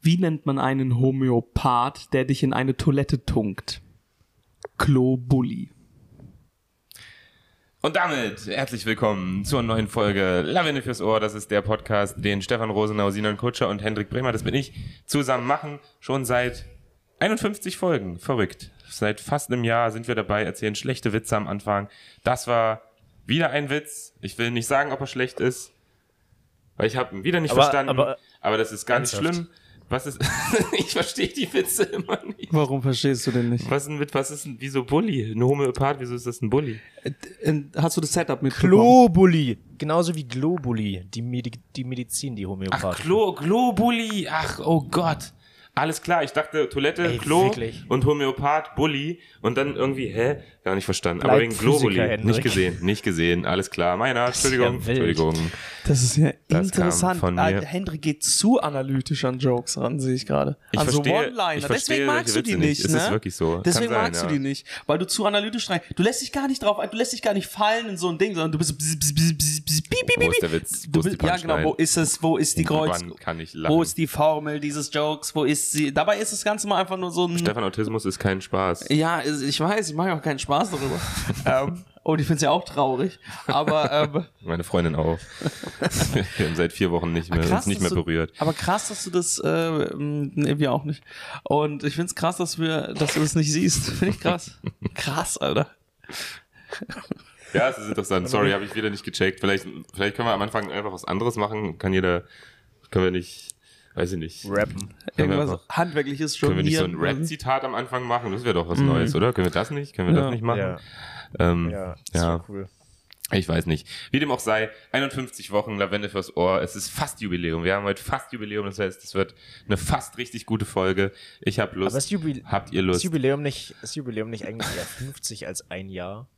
Wie nennt man einen Homöopath, der dich in eine Toilette tunkt? Klobully. Und damit herzlich willkommen zur neuen Folge Lavende fürs Ohr. Das ist der Podcast, den Stefan Rosenau, Sinan Kutscher und Hendrik Bremer, das bin ich, zusammen machen. Schon seit 51 Folgen. Verrückt. Seit fast einem Jahr sind wir dabei, erzählen schlechte Witze am Anfang. Das war wieder ein Witz. Ich will nicht sagen, ob er schlecht ist, weil ich habe ihn wieder nicht Aber- verstanden. Aber, aber- das ist gar nicht Ernsthaft? schlimm. Was ist. ich verstehe die Witze immer nicht. Warum verstehst du den nicht? Was ist denn mit, was ist denn, wieso Bulli? Ein Homöopath, wieso ist das ein Bulli? Äh, Hast du das Setup mitbekommen? Globuli. Genauso wie Globuli, die, Medi die Medizin, die Homöopathie. Ach, Klo, Klo-Bulli. Ach, oh Gott. Alles klar, ich dachte Toilette, Ey, Klo wirklich. und Homöopath, Bulli und dann irgendwie, hä? Gar nicht verstanden. Aber wegen Leitphysiker, Globuli. Hendrik. Nicht gesehen, nicht gesehen. Alles klar. Meiner, ist ja Entschuldigung, wild. Entschuldigung. Das ist ja Das interessant. kam von Ah, mir. Hendrik geht zu analytisch an Jokes ran, sehe ich gerade. Ich Also verstehe- ich One-Liner. verstehe Deswegen magst du solche die Witze nicht, nicht. Es ne? ist wirklich so. Kann Deswegen sein, magst ja. du die nicht, weil du zu analytisch rein. Du lässt dich gar nicht drauf ein, du lässt dich gar nicht fallen in so ein Ding, sondern du bist. Wo Wo ist der Witz? Du Wo ist bist die ja, genau, wo Punchline? ist es? Wo ist die Kreuz? Wann kann ich lachen? Wo ist die Formel dieses Jokes? Wo ist sie? Dabei ist das Ganze mal einfach nur so ein. Stefan, Autismus ist kein Spaß. Ja, ist- ich weiß, ich mache ja auch keinen Spaß darüber. ähm, und ich finde es ja auch traurig. Aber ähm, Meine Freundin auch. Wir haben seit vier Wochen nicht mehr, uns nicht dass mehr du, berührt. Aber krass, dass du das, äh, mh, nee, wir auch nicht. Und ich finde es krass, dass wir, dass du das nicht siehst. Finde ich krass. krass, Alter. Ja, es ist interessant. Sorry, habe ich wieder nicht gecheckt. Vielleicht, vielleicht können wir am Anfang einfach was anderes machen. Kann jeder, können wir nicht, weiß ich nicht. Rappen. Können wir, Irgendwas einfach, handwerkliches schon. können wir nicht so ein ne? Rap-Zitat am Anfang machen? Das wäre doch was Neues, oder? Können wir das nicht? Können wir Mhm. Ja. das nicht machen? Ja, Ähm, ja, das Ja. war cool. Ich weiß nicht. Wie dem auch sei, 51 Wochen Lavende fürs Ohr. Es ist fast Jubiläum. Wir haben heute fast Jubiläum. Das heißt, es wird eine fast richtig gute Folge. Ich habe Lust. Aber ist, Jubil Habt ihr ist, Also Lust? Jubiläum nicht, ist Jubiläum nicht eigentlich eher 50 als ein Jahr?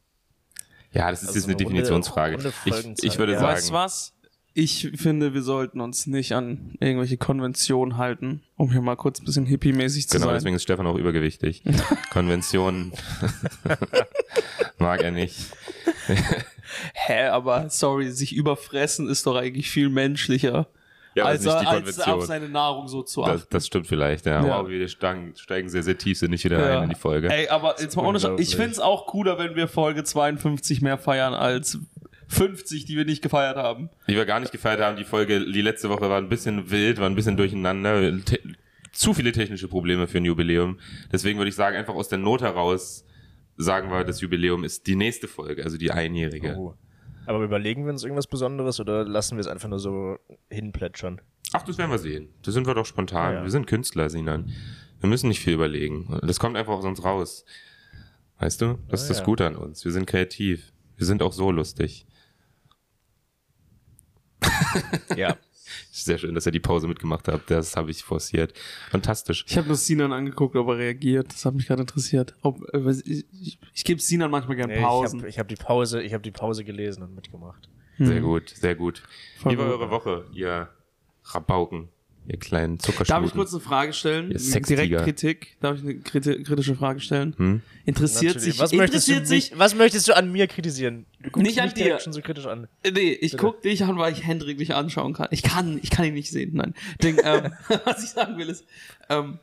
Ja, das ist Also jetzt eine eine runde- Definitionsfrage. runde ich, Folgenzahl. ich würde Ja. Weißt du sagen, was? Ich finde, wir sollten uns nicht an irgendwelche Konventionen halten, um hier mal kurz ein bisschen hippie-mäßig zu genau sein. deswegen ist Stefan auch übergewichtig. Konventionen mag er nicht. Hä, aber sorry, sich überfressen ist doch eigentlich viel menschlicher, Ja, aber als, es ist nicht die Also als Konvention. auf seine Nahrung so zu achten. Das, das stimmt vielleicht, ja. Ja. Wow, wir steigen, steigen sehr, sehr tiefsinnig wieder ein in die Folge. Ey, aber jetzt mal ohne Scheiß, unglaublich. Ich finde es auch cooler, wenn wir Folge 52 mehr feiern als 50, die wir nicht gefeiert haben. Die wir gar nicht gefeiert haben, die Folge, die letzte Woche war ein bisschen wild, war ein bisschen durcheinander. Te zu viele technische Probleme für ein Jubiläum. Deswegen würde ich sagen, einfach aus der Not heraus sagen wir, das Jubiläum ist die nächste Folge, also die einjährige. Oh. Aber überlegen wir uns irgendwas Besonderes oder lassen wir es einfach nur so hinplätschern? Ach, das werden wir sehen. Da sind wir doch spontan. Ja. Wir sind Künstler, Sinan. Wir müssen nicht viel überlegen. Das kommt einfach aus uns raus. Weißt du? Das ist Ah, das ja. Gute an uns. Wir sind kreativ. Wir sind auch so lustig. Ja. Sehr schön, dass ihr die Pause mitgemacht habt. Das habe ich forciert. Fantastisch. Ich habe nur Sinan angeguckt, ob er reagiert. Das hat mich gerade interessiert. Ob, äh, was- ich ich, ich gebe Sinan manchmal gerne Nee, ich Pausen. Hm. habe ich hab die Pause, ich habe die Pause gelesen und mitgemacht. Sehr gut, sehr gut. Voll Wie war gut. eure Woche, ihr Rabauken, ihr kleinen Zuckerschnuten? Darf ich kurz eine Frage stellen? Ihr Sextiger. Hm. Direkt Kritik. Darf ich eine kriti kritische Frage stellen? Interessiert Natürlich. sich, was möchtest interessiert du sich, mich, Was möchtest du an mir kritisieren? Du guckst Nicht an mich direkt dir. schon so kritisch an. Nee, ich guck dich an, weil ich Hendrik nicht anschauen kann. Ich kann, ich kann ihn nicht sehen. Nein. Ding, ähm, was ich sagen will ist, ähm,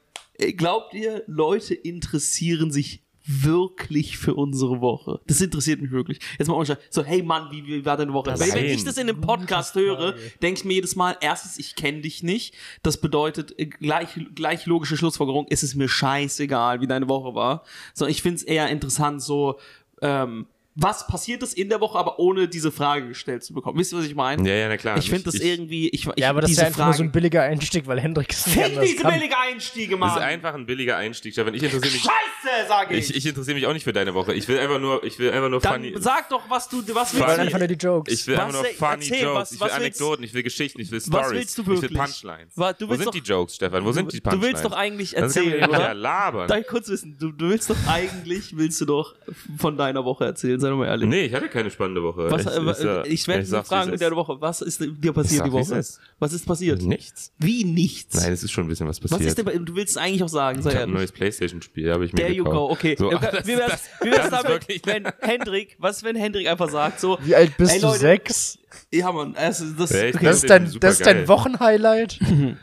glaubt ihr, Leute interessieren sich wirklich für unsere Woche? Das interessiert mich wirklich. Jetzt mal ohne Scheiß. So, hey Mann, wie, wie war deine Woche? Wenn, wenn Nein. ich das in einem Podcast höre, denke ich mir jedes Mal, erstens, ich kenne dich nicht. Das bedeutet, äh, gleich, gleich logische Schlussfolgerung, ist es mir scheißegal, wie deine Woche war. Sondern ich finde es eher interessant, so, ähm, was passiert ist in der Woche, aber ohne diese Frage gestellt zu bekommen. Wisst ihr, was ich meine? Ja, ja, na klar. ich finde das irgendwie, ich, ich Ja, aber das ist diese ja einfach nur so ein Frage. billiger Einstieg, weil Hendrik es nicht Fick anders diese kann. billige Einstiege, Das ist Mann! einfach ein billiger Einstieg, Stefan. Ich interessiere mich, Scheiße, sage ich! ich, ich interessiere mich auch nicht für deine Woche. Ich will einfach nur, ich will einfach nur Dann funny. sag doch, was du, was Wir wollen willst Funny. du? einfach nur die Jokes. Ich will Was- einfach nur ey, funny erzähl, Jokes, was- was ich will willst- Anekdoten, ich will Geschichten, ich will Stories, Was willst du ich will wirklich? Punchlines. Wa- du Wo willst sind doch- die Jokes, Stefan? Wo sind die du Punchlines? willst doch eigentlich Dann können wir erzählen, doch oder? Ja, labern. Darf ich kurz wissen, du, du willst doch eigentlich, willst du doch von deiner Woche erzählen, sei doch mal ehrlich. Nee, ich hatte keine spannende Woche. Was, ich, ich, äh, ich werde sag's, dich fragen wie in es der Woche, was ist dir Ich passiert sag, die wie es Woche? ist. Was ist passiert? ist. Nichts. Wie nichts? Nein, es ist schon ein bisschen was passiert. was ist denn, bei- du willst es eigentlich auch sagen, sei Ich habe ein ehrlich. neues Playstation-Spiel, habe ich mir There you gekauft. go, okay. So, Äh, das, wie wär's, das, wie wär's das ist damit, wirklich- wenn Hendrik, was wenn Hendrik einfach sagt so, Wie alt bist Ey, du? Leute. Sechs? Ja, Mann, also das, Ja, ich- okay. das Das ist ist dein, eben das ist supergeil. dein Wochenhighlight.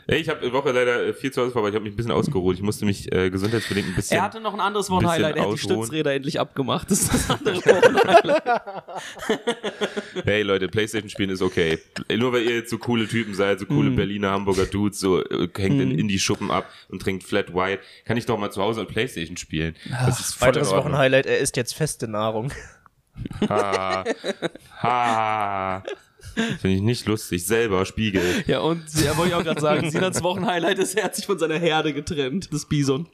Ey, ich habe die Woche leider äh, viel zu Hause verbracht. Ich habe mich ein bisschen ausgeruht. Ich musste mich äh, gesundheitsbedingt ein bisschen. Er hatte noch ein anderes Wort-Highlight, er hat die ausruhen. Stützräder endlich abgemacht. Das ist das andere Wort-Highlight. hey Leute, Playstation spielen ist okay. Nur weil ihr jetzt so coole Typen seid, so Mm. coole Berliner, Hamburger Dudes, so äh, hängt in Indie-Schuppen ab und trinkt Flat White, kann ich doch mal zu Hause Playstation spielen. Das ist voll in Weiteres Ordnung. Wochenhighlight, er isst jetzt feste Nahrung. Ha. Ha. Finde ich nicht lustig. Selber Spiegel. ja, und ja, wollte ich auch gerade sagen, Sinans Wochenhighlight ist, er hat sich von seiner Herde getrennt, das Bison.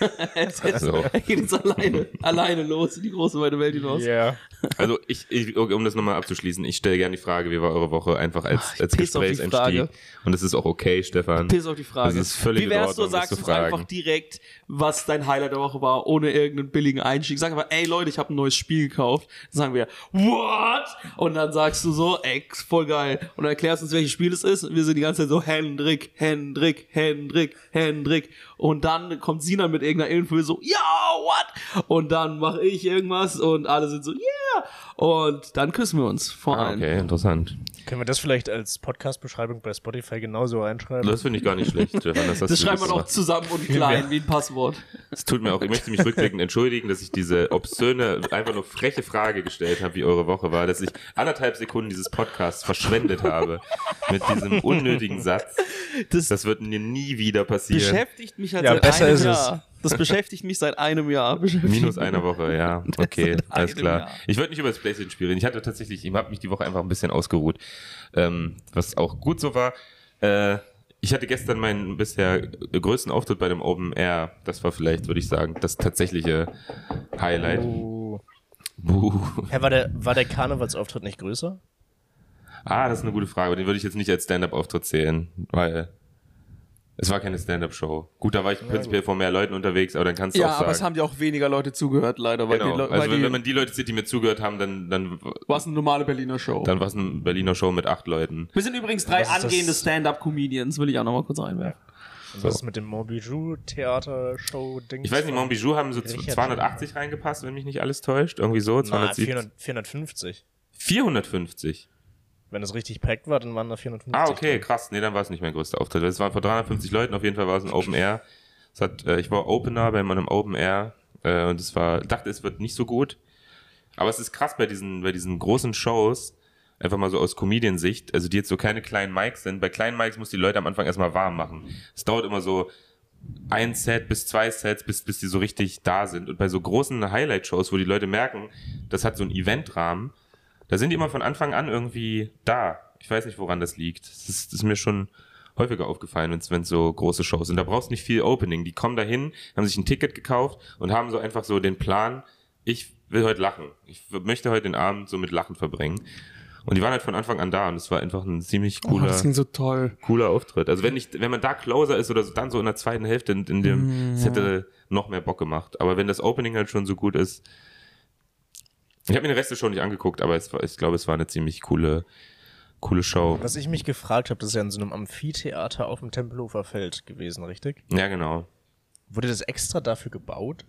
er, ist jetzt, So. er geht jetzt alleine, alleine los in die große weite Welt hinaus. Ja. Also ich, ich um das nochmal abzuschließen, ich stelle gerne die Frage, wie war eure Woche einfach als, Ach, Ah, ich als piss auf die Gesprächseinstieg. Frage. Und es ist auch okay, Stefan. Piss auf die Frage. Das ist völlig Wie wär's, in Ordnung, du sagst das zu uns einfach fragen. direkt, was dein Highlight der Woche war, ohne irgendeinen billigen Einstieg. Sag einfach, ey Leute, ich habe ein neues Spiel gekauft. Dann sagen wir, what? Und dann sagst du so, ey, voll geil. Und dann erklärst uns, welches Spiel es ist. Und wir sind die ganze Zeit so, Hendrik, Hendrik, Hendrik, Hendrik. Und dann kommt Sinan mit irgendeiner Info so, ja, what? Und dann mache ich irgendwas und alle sind so, yeah. Und dann küssen wir uns vor Ah, allem. okay, interessant. Können wir das vielleicht als Podcast-Beschreibung bei Spotify genauso einschreiben? Also Das finde ich gar nicht schlecht, Stefan. dass Das du schreibt man auch gemacht hast. zusammen und klein, wie ein Passwort. Es tut mir auch, ich möchte mich rückblickend entschuldigen, dass ich diese obszöne, einfach nur freche Frage gestellt habe, wie eure Woche war, dass ich anderthalb Sekunden dieses Podcasts verschwendet habe mit diesem unnötigen Satz. Das- Das wird mir nie wieder passieren. beschäftigt mich halt Ja, seit besser einem ist es. Jahr. Das beschäftigt mich seit einem Jahr. Beschäftigt Minus einer Woche, ja. Okay, sind alles einem klar. Jahr. Ich wollte nicht über das PlayStation spielen. Ich hatte tatsächlich, ich habe mich die Woche einfach ein bisschen ausgeruht. Ähm, was auch gut so war. Äh, ich hatte gestern meinen bisher größten Auftritt bei dem Open Air. Das war vielleicht, würde ich sagen, das tatsächliche Highlight. Oh. Buh. Hä, war der, war der Karnevalsauftritt nicht größer? Ah, das ist eine gute Frage. aber Den würde ich jetzt nicht als Stand-Up-Auftritt zählen, weil es war keine Stand-Up-Show. Gut, da war ich prinzipiell vor mehr Leuten unterwegs, aber dann kannst du Ja, auch sagen. aber es haben ja auch weniger Leute zugehört, leider. Weil genau. die, Le- weil also wenn, die, wenn man die Leute sieht, die mir zugehört haben, dann, dann war es eine normale Berliner Show. Dann war es eine Berliner Show mit acht Leuten. Wir sind übrigens drei Was ist das? angehende Stand-Up-Comedians, will ich auch nochmal kurz einwerfen. Und Was ist mit dem Montbijou-Theater-Show-Ding? Ich weiß nicht, Montbijou haben so zu- Richard 280 reingepasst, wenn mich nicht alles täuscht. Irgendwie so. Nein, 270. 400, 450. 450. Wenn es richtig packt war, dann waren da 450. Ah, okay, krass. Nee, dann war es nicht mein größter Auftritt. Es waren vor 350 Leuten. Auf jeden Fall war es ein Open Air. Es hat, äh, ich war Opener bei meinem Open Air. Äh, und es war, dachte, es wird nicht so gut. Aber es ist krass bei diesen, bei diesen großen Shows. Einfach mal so aus Comediansicht, also die jetzt so keine kleinen Mics sind. Bei kleinen Mics muss die Leute am Anfang erstmal warm machen. Es dauert immer so ein Set bis zwei Sets, bis, bis die so richtig da sind. Und bei so großen Highlight-Shows, wo die Leute merken, das hat so einen Eventrahmen, da sind die immer von Anfang an irgendwie da. Ich weiß nicht, woran das liegt. Das ist, das ist mir schon häufiger aufgefallen, wenn es so große Shows sind. Da brauchst du nicht viel Opening. Die kommen dahin, haben sich ein Ticket gekauft und haben so einfach so den Plan, ich will heute lachen. Ich w- möchte heute den Abend so mit Lachen verbringen. Und die waren halt von Anfang an da und es war einfach ein ziemlich Oh, cooler so toll. cooler Auftritt. Also wenn ich, wenn man da closer ist oder so, dann so in der zweiten Hälfte, in, in Mm. dem, es hätte noch mehr Bock gemacht. Aber wenn das Opening halt schon so gut ist, ich habe mir den Rest der Show nicht angeguckt, aber es war, ich glaube, es war eine ziemlich coole, coole Show. Was ich mich gefragt habe, das ist ja in so einem Amphitheater auf dem Tempelhofer Feld gewesen, richtig? Ja, genau. Wurde das extra dafür gebaut?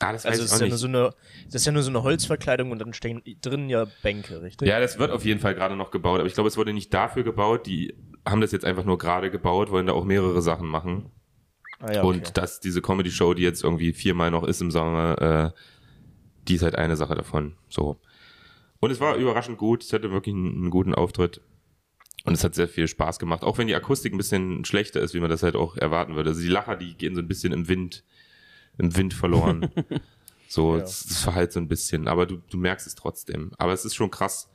Ah, das weiß Also ich es auch ist ja, nicht. nur so eine, das ist ja nur so eine Holzverkleidung und dann stehen drinnen ja Bänke, richtig? Ja, das wird auf jeden Fall gerade noch gebaut, aber ich glaube, es wurde nicht dafür gebaut. Die haben das jetzt einfach nur gerade gebaut, wollen da auch mehrere Sachen machen. ah, ja Und dass diese Comedy-Show, die jetzt irgendwie viermal noch ist im Sommer, äh, die ist halt eine Sache davon. So. Und es war überraschend gut. Es hatte wirklich einen, einen guten Auftritt. Und es hat sehr viel Spaß gemacht. Auch wenn die Akustik ein bisschen schlechter ist, wie man das halt auch erwarten würde. Also die Lacher, die gehen so ein bisschen im Wind, im Wind verloren. so, Ja. das, das war halt so ein bisschen. Aber du, du merkst es trotzdem. Aber es ist schon krass,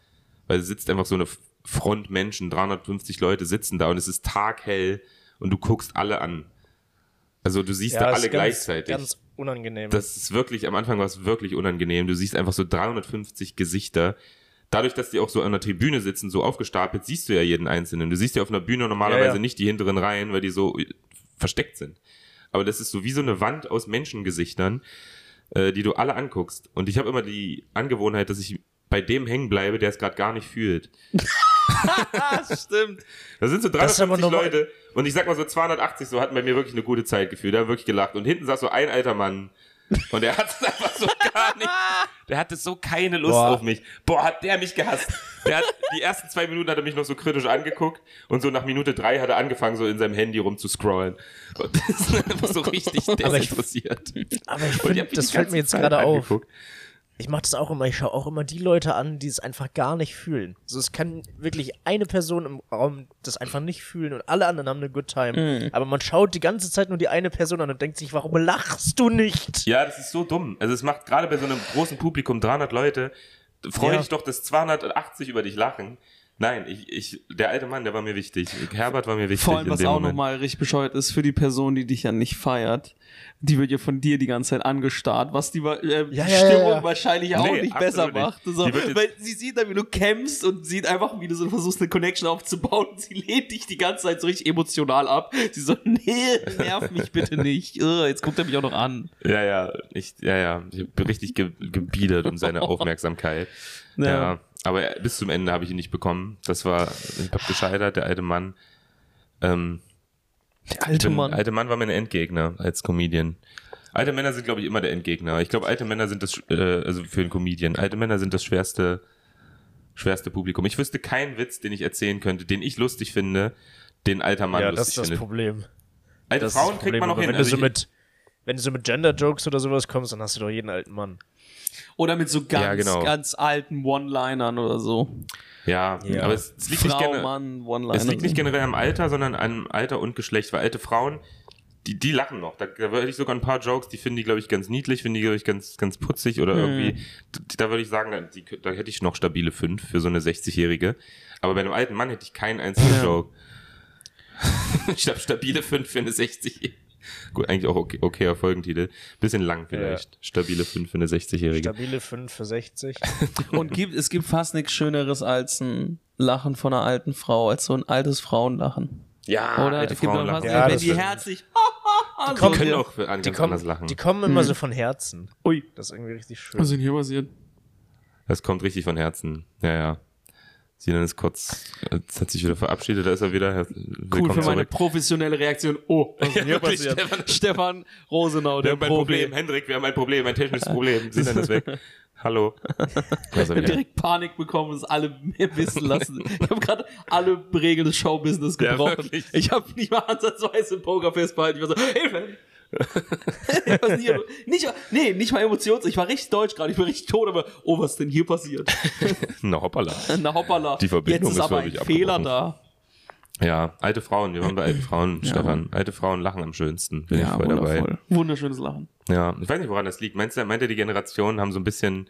weil es sitzt einfach so eine F- Front Menschen, 350 Leute sitzen da und es ist taghell und du guckst alle an. Also du siehst ja, da ist alle ganz, gleichzeitig. Ganz unangenehm. das ist wirklich, am Anfang war es wirklich unangenehm. Du siehst einfach so 350 Gesichter. Dadurch, dass die auch so an der Tribüne sitzen, so aufgestapelt, siehst du ja jeden Einzelnen. Du siehst ja auf einer Bühne normalerweise Ja, ja. nicht die hinteren Reihen, weil die so äh, versteckt sind. Aber das ist so wie so eine Wand aus Menschengesichtern, äh, die du alle anguckst. Und ich habe immer die Angewohnheit, dass ich bei dem hängen bleibe, der es gerade gar nicht fühlt. Ah, stimmt. Da sind so Das ist aber 350 normal. Leute und ich sag mal so 280 so hatten bei mir wirklich eine gute Zeit gefühlt. Da haben wir wirklich gelacht. Und hinten saß so ein alter Mann, Und er hat es einfach so gar nicht. Der hatte so keine Lust Boah. auf mich. Boah, hat der mich gehasst. Der hat, die ersten zwei Minuten hat er mich noch so kritisch angeguckt und so nach Minute drei hat er angefangen, so in seinem Handy rumzuscrollen. Und das ist einfach so richtig Aber ich- desinteressiert. Aber ich Und die find, hat mich das die fällt ganze mir jetzt Zeit gerade auf. angeguckt. Ich mache das auch immer. Ich schaue auch immer die Leute an, die es einfach gar nicht fühlen. Also es kann wirklich eine Person im Raum das einfach nicht fühlen und alle anderen haben eine Good Time. Aber man schaut die ganze Zeit nur die eine Person an und denkt sich, warum lachst du nicht? Ja, das ist so dumm. Also es macht gerade bei so einem großen Publikum 300 Leute, freue Ja. ich doch, dass 280 über dich lachen. Nein, ich, ich, der alte Mann, der war mir wichtig. Herbert war mir wichtig. Vor allem, in was dem auch Moment. nochmal richtig bescheuert ist für die Person, die dich ja nicht feiert. Die wird ja von dir die ganze Zeit angestarrt, was die äh, ja, ja, Stimmung ja. wahrscheinlich auch Nee, nicht absolut besser nicht. macht. So, Die wird jetzt- weil sie sieht dann, wie du kämpfst und sieht einfach, wie du so versuchst, eine Connection aufzubauen. Sie lädt dich die ganze Zeit so richtig emotional ab. Sie so, nee, nerv mich bitte nicht. Ugh, jetzt guckt er mich auch noch an. Ja, ja, ich, ja, ja, ich hab richtig ge gebiedert um seine Aufmerksamkeit. Ja. ja. aber bis zum Ende habe ich ihn nicht bekommen. Das war, ich habe gescheitert, der alte Mann. Ähm, Der alte bin, Mann. Alte Mann war mein Endgegner als Comedian. Alte Männer sind, glaube ich, immer der Endgegner. Ich glaube, alte Männer sind das, sch- äh, also für einen Comedian, alte Männer sind das schwerste, schwerste Publikum. Ich wüsste keinen Witz, den ich erzählen könnte, den ich lustig finde, den alter Mann lustig findet. Problem. Alte Das ist Frauen das kriegt Problem. man noch Aber hin. Wenn, Also du so ich- mit, wenn du so mit Gender-Jokes oder sowas kommst, dann hast du doch jeden alten Mann. Oder mit so ganz, Ja, genau. ganz alten One-Linern oder so. ja, Ja. aber es, es liegt nicht Frau, gerne. Mann, One-Liner. Es liegt nicht generell am Alter, sondern am Alter und Geschlecht, weil alte Frauen, die, die lachen noch. Da, da würde ich sogar ein paar Jokes, die finden die, glaube ich, ganz niedlich, finden die, glaube ich, ganz, ganz putzig oder irgendwie. Da, da würde ich sagen, da, die, da hätte ich noch stabile fünf für so eine 60-Jährige. Aber bei einem alten Mann hätte ich keinen einzigen Joke. ich habe stabile fünf für eine 60-Jährige. Gut, eigentlich auch okay, okayer Folgentitel. Bisschen lang vielleicht. Stabile fünf für eine 60-Jährige. Stabile 5 für 60. Und gibt, es gibt fast nichts Schöneres als ein Lachen von einer alten Frau, als so ein altes Frauenlachen. Ja, Oder? Ah, alte Es gibt Frauen doch fast, lachen. Ja, wenn das die stimmt. herzlich. Die so können sehr- auch für- Die ganz anders kommen, lachen. die kommen immer so von Herzen. Ui, Das ist irgendwie richtig schön. was ist denn hier passiert? Das kommt richtig von Herzen. Ja, ja. Sinan ist kurz, jetzt hat sich wieder verabschiedet, da ist er wieder. Herz- Cool Willkommen für meine zurück. professionelle Reaktion. Oh, was ist denn hier wirklich, passiert? Stefan. Stefan Rosenau, Wir der haben ein Problem, Problem. Hendrik, wir haben ein Problem, ein technisches Problem. Sinan ist weg. Hallo. Da ist er wieder. Direkt Panik bekommen und es alle mehr wissen lassen. Ich habe gerade alle Regeln des Showbusiness Ja, gebrochen. wirklich. ich habe nicht mal ansatzweise im Poker festbehalten. Ich war so, Hilfe! ich war nicht, nicht, nee, nicht mal emotions. Ich war richtig deutsch gerade. Ich bin richtig tot, aber oh, was ist denn hier passiert? Na hoppala. Na hoppala. Die Jetzt Verbindung ist ist aber ein wirklich Fehler abgebrochen. da. Ja, alte Frauen, wir waren bei alten Frauen, Stefan. Alte Frauen lachen am schönsten, bin ich voll dabei. Wunderschönes Lachen. Ja, ich weiß nicht, woran das liegt. Meinst du, meint ihr, die Generationen haben so ein bisschen,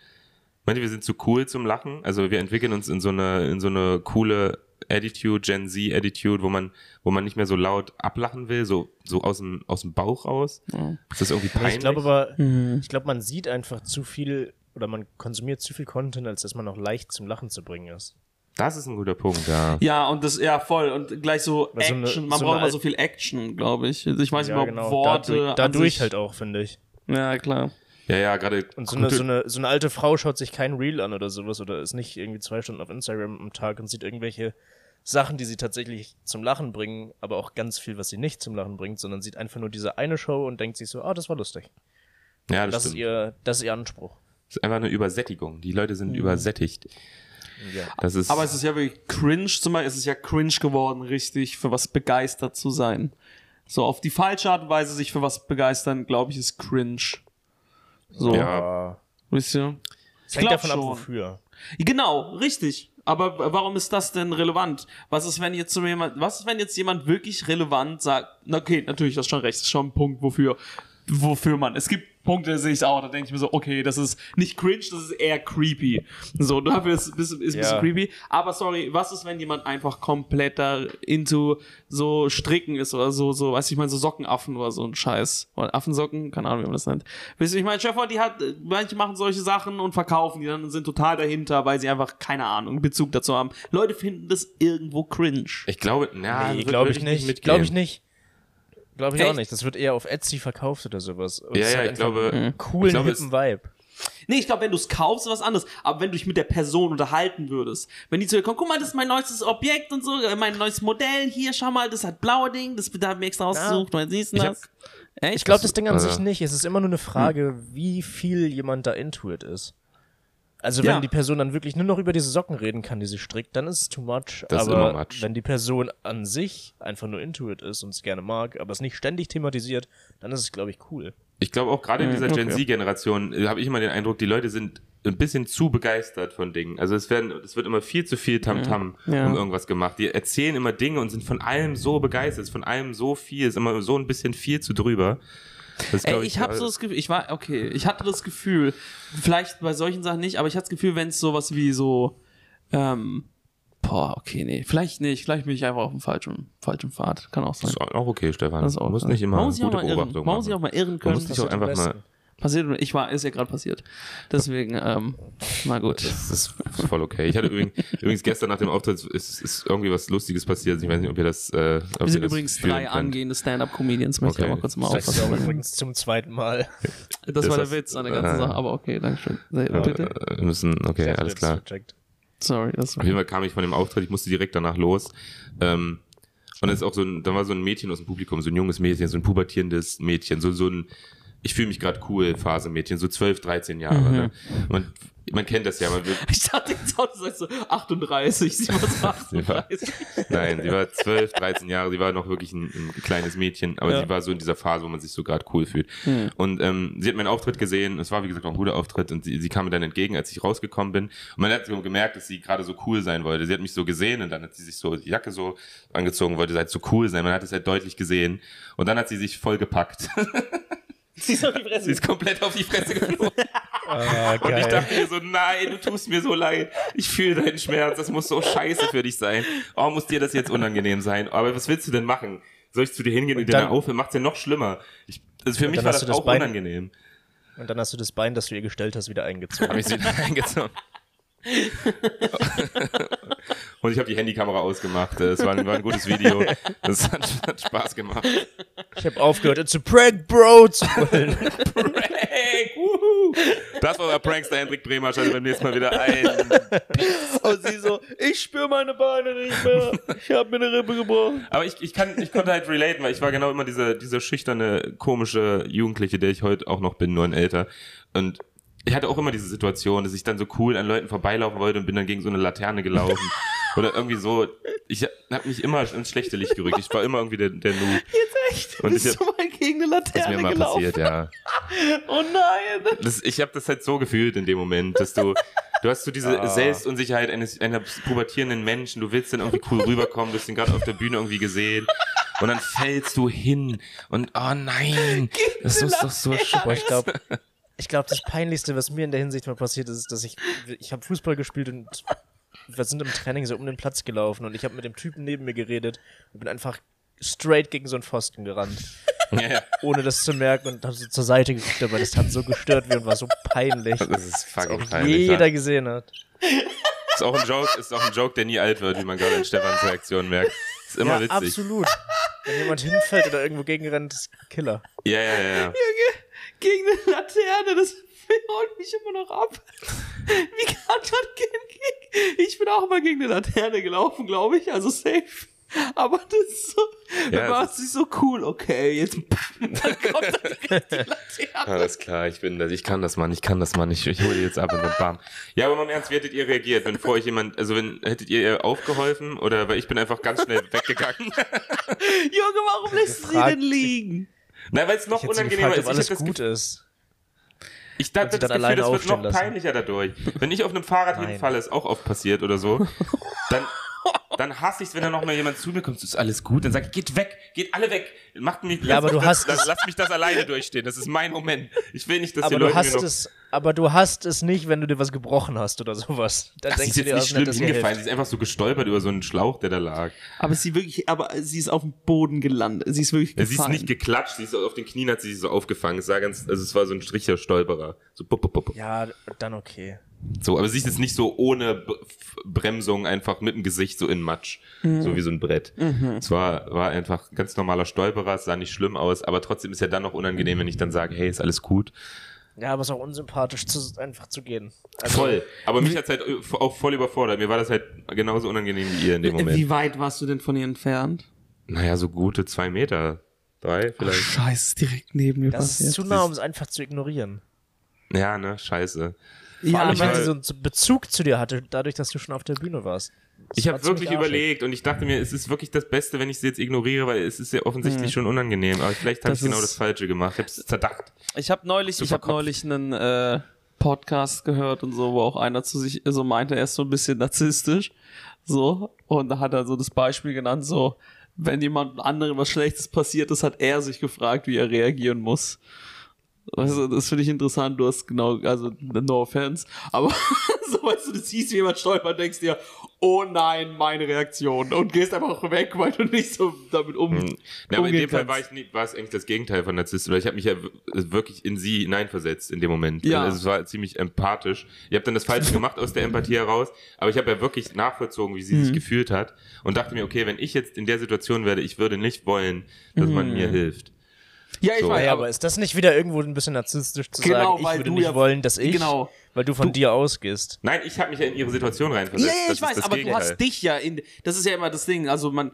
meint ihr, wir sind zu cool zum Lachen? Also wir entwickeln uns in so eine, in so eine coole Attitude, Gen Z Attitude, wo man, wo man nicht mehr so laut ablachen will, so, so aus dem, aus dem Bauch raus. Ist das irgendwie peinlich? Ich glaube aber, ich glaube, man sieht einfach zu viel oder man konsumiert zu viel Content, als dass man auch leicht zum Lachen zu bringen ist. das ist ein guter Punkt, ja. Ja, und das, ja, voll. Und gleich so Weil so Action. eine- Man braucht so eine immer Al- genau. so viel Action, glaube ich. Also Ich weiß nicht, ob Worte. Dadurch, an dadurch sich- halt auch, finde ich. Ja, klar. Ja, ja, gerade. Und so eine, gute- so, eine, so eine alte Frau schaut sich kein Reel an oder sowas oder ist nicht irgendwie zwei Stunden auf Instagram am Tag und sieht irgendwelche Sachen, die sie tatsächlich zum Lachen bringen, aber auch ganz viel, was sie nicht zum Lachen bringt, sondern sieht einfach nur diese eine Show und denkt sich so, ah, das war lustig. ja, das, Das ist stimmt. ihr, das ist ihr Anspruch. Das ist einfach eine Übersättigung. Die Leute sind übersättigt. Mhm. Ja. Das ist, Aber es ist ja wirklich cringe, zum Beispiel, es ist ja cringe geworden, richtig, für was begeistert zu sein. So, auf die falsche Art und Weise sich für was begeistern, glaube ich, ist cringe. So, Ja. wisst ihr? Es hängt glaub davon ab, schon. wofür. Genau, richtig. Aber w- warum ist das denn relevant? Was ist, wenn jetzt so jemand, was ist, wenn jetzt jemand wirklich relevant sagt, na, okay, natürlich, das ist schon recht, das ist schon ein Punkt, wofür, wofür man. Es gibt Punkte, da sehe ich auch, da denke ich mir so, okay, das ist nicht cringe, das ist eher creepy. So, dafür ist ist, ist ein bisschen Ja. creepy. Aber sorry, was ist, wenn jemand einfach komplett da into so Stricken ist oder so, so, weiß ich mal, so Sockenaffen oder so ein Scheiß. Oder Affensocken, keine Ahnung, wie man das nennt. Wisst ihr, ich meine, Stefan, die hat, manche machen solche Sachen und verkaufen die dann und sind total dahinter, weil sie einfach, keine Ahnung, Bezug dazu haben. Leute finden das irgendwo cringe. ich glaube, na, nee, würd- glaube würd ich nicht. mitgehen. Glaube ich nicht. Glaube ich auch Echt? nicht. Das wird eher auf Etsy verkauft oder sowas. Und Ja, es ja, hat ich einfach glaube- einen ich Coolen, glaube, es- hippen Vibe. Nee, ich glaube, wenn du es kaufst, ist was anderes. Aber wenn du dich mit der Person unterhalten würdest, wenn die zu dir kommt, guck mal, das ist mein neuestes Objekt und so, äh, mein neues Modell, hier, schau mal, das hat blaue Ding, das da hab ich mir extra ausgesucht, weil siehst du Ich das? hab- Echt? Ich glaube, das Ding an Also- Hm. sich nicht. Es ist immer nur eine Frage, wie viel jemand da into it ist. Also wenn Ja. die Person dann wirklich nur noch über diese Socken reden kann, die sie strickt, dann ist es too much. Das ist aber immer much. wenn die Person an sich einfach nur into it ist und es gerne mag, aber es nicht ständig thematisiert, dann ist es, glaube ich, cool. Ich glaube auch gerade in dieser Gen okay. Z-Generation äh, habe ich immer den Eindruck, die Leute sind ein bisschen zu begeistert von Dingen. Also es werden, es wird immer viel zu viel Tamtam Ja. um irgendwas gemacht. Die erzählen immer Dinge und sind von allem so begeistert, ist von allem so viel, ist immer so ein bisschen viel zu drüber. Das Ey, glaub ich habe so das Gefühl, ich war, okay, ich hatte das Gefühl, vielleicht bei solchen Sachen nicht, aber ich hatte das Gefühl, wenn es sowas wie so, ähm, boah, okay, nee, vielleicht nicht, vielleicht bin ich einfach auf dem falschen, falschen Pfad, kann auch sein. Das ist auch okay, Stefan. Das ist du musst ne? nicht immer man muss sich auch gute mal irren. Beobachtung Man muss sich auch machen. mal irren Man können. muss sich auch Passiert am einfach mal... besten. passiert, ich war, ist ja gerade passiert. Deswegen, ähm, na gut. Das ist ist voll okay. Ich hatte übrigens, übrigens gestern nach dem Auftritt ist, ist irgendwie was Lustiges passiert. Ich weiß nicht, ob ihr das. Äh, ob Wir ihr sind das übrigens fühlen drei könnt. angehende Stand-Up-Comedians, möchte ich Okay. auch mal kurz mal Sagst du auch aufpassen. übrigens zum zweiten Mal. Das Ist war der das- Witz an der ganzen äh, Sache, aber okay, dankeschön. Nee, Bitte? Äh, müssen, okay, alles klar. Sorry, das Auf jeden Fall kam ich von dem Auftritt, ich musste direkt danach los. Ähm, und dann ist auch so ein, dann war so ein Mädchen aus dem Publikum, so ein junges Mädchen, so ein pubertierendes Mädchen, so, so ein, ich fühle mich gerade cool, Phase-Mädchen, so 12, 13 Jahre. Ne? Man, man kennt das ja, man wird, Ich dachte jetzt auch, du sagst so 38, sie war so 38. Nein, sie war 12, 13 Jahre, sie war noch wirklich ein, ein kleines Mädchen, aber Ja. sie war so in dieser Phase, wo man sich so gerade cool fühlt. Und ähm, sie hat meinen Auftritt gesehen, es war wie gesagt auch ein guter Auftritt und sie, sie kam mir dann entgegen, als ich rausgekommen bin. Und man hat so gemerkt, dass sie gerade so cool sein wollte. Sie hat mich so gesehen und dann hat sie sich so die Jacke so angezogen, wollte halt so cool sein. Man hat es halt deutlich gesehen. Und dann hat sie sich voll gepackt. Sie ist auf die sie Fresse. ist komplett auf die Fresse geflogen. Ah, Und geil. ich dachte mir so, nein, du tust mir so leid. Ich fühle deinen Schmerz. Das muss so scheiße für dich sein. Oh, muss dir das jetzt unangenehm sein. Aber was willst du denn machen? Soll ich zu dir hingehen und, dir dann- da aufhören? Macht's ja noch schlimmer. Ich, also für mich dann war hast das, du das auch Bein- unangenehm. Und dann hast du das Bein, das du ihr gestellt hast, wieder eingezogen. Habe ich sie wieder reingezogen. und ich habe die Handykamera ausgemacht. Es war, ein- war ein gutes Video. Es hat, hat Spaß gemacht. Ich habe aufgehört, it's a prank, bro, zu brüllen. Prank! wuhu. Das war euer Prankster Hendrik Bremer. Schaltet beim nächsten Mal wieder ein. Und sie so, ich spüre meine Beine nicht mehr. Ich habe mir eine Rippe gebrochen. Aber ich, ich, kann, ich konnte halt relaten, weil ich war genau immer dieser, dieser schüchterne, komische Jugendliche, der ich heute auch noch bin, nur ein älter. Und ich hatte auch immer diese Situation, dass ich dann so cool an Leuten vorbeilaufen wollte und bin dann gegen so eine Laterne gelaufen. Oder irgendwie so. Ich habe mich immer ins schlechte Licht gerückt. Ich war immer irgendwie der, der Noob. Jetzt echt, Und bist ich hab- du mal gegen eine Das ist mir Laterne mal gelaufen. passiert, ja. Oh nein. Das, ich habe das halt so gefühlt in dem Moment, dass du, du hast so diese Ah. Selbstunsicherheit eines einer pubertierenden Menschen. Du willst dann irgendwie cool rüberkommen, du hast ihn gerade auf der Bühne irgendwie gesehen. Und dann fällst du hin und oh nein, das ist doch so Boah, scheiße. ich glaube, ich glaub, das Peinlichste, was mir in der Hinsicht mal passiert ist, ist, dass ich, ich habe Fußball gespielt und wir sind im Training so um den Platz gelaufen und ich habe mit dem Typen neben mir geredet und bin einfach straight gegen so einen Pfosten gerannt, Ja, ja, ohne das zu merken und habe so zur Seite geguckt, aber das hat so gestört mir und war so peinlich. das ist fucking Auch peinlich. jeder ja. gesehen hat. Ist auch ein Joke, ist auch ein Joke, der nie alt wird, wie man gerade in Stefans Reaktion merkt. Ist immer ja, witzig. absolut. Wenn jemand hinfällt oder irgendwo gegenrennt, ist Killer. Ja, ja, ja, ja. Gegen eine Laterne, das holt mich immer noch ab. Wie kann man gegen... gegen- Ich bin auch mal gegen eine Laterne gelaufen, glaube ich, also safe. Aber das ist so, Ja, dann war es es nicht so cool, okay, jetzt dann kommt dann direkt die Laterne. Alles klar, ich bin das, ich kann das, Mann, ich kann das, Mann, ich, ich hole jetzt ab und dann bam. Ja, aber mal im Ernst, wie hättet ihr reagiert, wenn vor euch jemand, also wenn, hättet ihr ihr aufgeholfen oder, weil ich bin einfach ganz schnell weggegangen. Junge, warum lässt du sie gefragt, denn liegen? Nein, weil es noch Ich hätte sie unangenehmer gefragt, ist. Ich, ob alles hab das gut Gefühl, ist. ich dachte, Und das Gefühl, sie dann das alleine wird noch aufstehen lassen. peinlicher dadurch. Wenn ich auf einem Fahrrad Nein. hinfalle, ist auch oft passiert oder so, dann, dann hasse ich es, wenn dann noch mal jemand zu mir kommt, ist alles gut, dann sag ich, geht weg, geht alle weg, macht mich, lass, aber du das, hast das, es- lass mich das alleine durchstehen, das ist mein Moment. Ich will nicht, dass Aber die Leute du hast mir noch es, aber du hast es nicht, wenn du dir was gebrochen hast oder sowas. Dann Ach, sie denkst ist jetzt du dir, nicht das schlimm nett, dass ihr hingefallen, sie helft. ist einfach so gestolpert über so einen Schlauch, der da lag. Aber sie wirklich, aber sie ist auf dem Boden gelandet. Sie ist wirklich Ja, sie ist gefallen. nicht geklatscht, sie ist auf den Knien hat sie sich so aufgefangen. Es sah ganz, also es war so ein stricher Stolperer. So, bup, bup, bup. bup. Ja, dann okay. so aber sie ist jetzt nicht so ohne B- F- Bremsung einfach mit dem Gesicht so in Matsch. Mhm. So wie so ein Brett. Es war, war einfach ein ganz normaler Stolperer, es sah nicht schlimm aus, aber trotzdem ist ja dann noch unangenehm, wenn ich dann sage, hey, ist alles gut. Ja, aber es ist auch unsympathisch, zu, einfach zu gehen. Also, Voll. Aber mich hat's halt auch voll überfordert. Mir war das halt genauso unangenehm wie ihr in dem Moment. Wie weit warst du denn von ihr entfernt? Naja, so gute zwei Meter. Drei vielleicht. Scheiße, ist direkt neben mir Das ist passiert. zu nah, um es einfach zu ignorieren. Ja, ne? Scheiße. Vor allem, ich weil weiß- sie so einen Bezug zu dir hatte, dadurch, dass du schon auf der Bühne warst. Das Ich war habe ziemlich wirklich arschig. überlegt und ich dachte mir, es ist wirklich das Beste, wenn ich sie jetzt ignoriere, weil es ist ja offensichtlich schon unangenehm. Aber vielleicht habe Hm. Das ich genau ist- das Falsche gemacht. Ich habe es zerdacht. Ich habe neulich, ich habe Superkopf. neulich einen äh, Podcast gehört und so, wo auch einer zu sich so meinte, er ist so ein bisschen narzisstisch, so und da hat er so das Beispiel genannt, so wenn jemand anderem was Schlechtes passiert ist, hat er sich gefragt, wie er reagieren muss. Also, das finde ich interessant, du hast genau, also no offense, aber so weißt du, du siehst, wie jemand stolpert, denkst dir, oh nein, meine Reaktion und gehst einfach weg, weil du nicht so damit um. Hm. Ja, aber in umgehen dem Fall war, kannst. ich nie, war es eigentlich das Gegenteil von Narzisst, weil ich habe mich ja w- wirklich in sie hineinversetzt in dem Moment. Ja. Also es war ziemlich empathisch. Ich habe dann das Falsche gemacht aus der Empathie heraus, aber ich habe ja wirklich nachvollzogen, wie sie Hm. sich gefühlt hat und dachte mir, okay, wenn ich jetzt in der Situation wäre, ich würde nicht wollen, dass man Hm. mir hilft. Ja, ich So. weiß, Ja, Ja, aber ist das nicht wieder irgendwo ein bisschen narzisstisch zu Genau, sagen, ich weil würde du nicht ja- wollen, dass ich, genau. weil du von dir ausgehst? Nein, ich habe mich ja in ihre Situation reinversetzt. Ja, ja, Das ich ist weiß, das aber Gegenteil. du hast dich ja in. Das ist ja immer das Ding. Also man.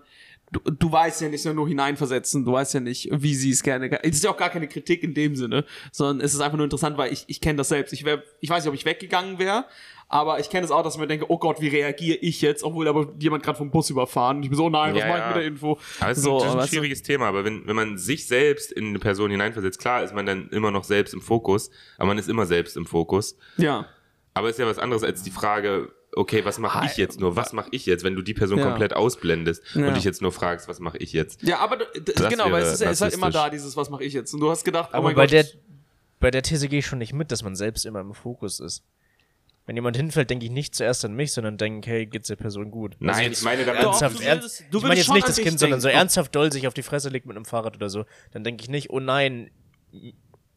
Du, du weißt ja nicht ne, nur hineinversetzen, du weißt ja nicht, wie sie es gerne. Es ist ja auch gar keine Kritik in dem Sinne, sondern es ist einfach nur interessant, weil ich, ich kenne das selbst. Ich, wär, ich weiß nicht, ob ich weggegangen wäre, aber ich kenne das auch, dass ich mir denke, oh Gott, wie reagiere ich jetzt, obwohl aber jemand gerade vom Bus überfahren. Und ich bin so, oh nein, was Ja, mache ja. ich mit der Info? Aber es ist so, ein, das ist ein weißt du? schwieriges Thema, aber wenn, wenn man sich selbst in eine Person hineinversetzt, klar ist man dann immer noch selbst im Fokus, aber man ist immer selbst im Fokus. Ja. Aber ist ja was anderes als die Frage, okay, was mache ich jetzt nur? Was mache ich jetzt, wenn du die Person Ja. komplett ausblendest Ja. und dich jetzt nur fragst, was mache ich jetzt? Ja, aber d- d- Das genau, weil wäre es ist, ja- es ist halt immer narzisstisch. da, dieses, was mache ich jetzt? Und du hast gedacht, oh Aber mein bei, Gott. der, bei der These gehe ich schon nicht mit, dass man selbst immer im Fokus ist. Wenn jemand hinfällt, denke ich nicht zuerst an mich, sondern denke, hey, geht's der Person gut? Nein, Also ich meine damit- Doch, ernsthaft, du ernst- würdest- du ich würdest meine jetzt schon nicht an das dich Kind, sondern so denken. ernsthaft doll sich auf die Fresse legt mit einem Fahrrad oder so, dann denke ich nicht, oh nein,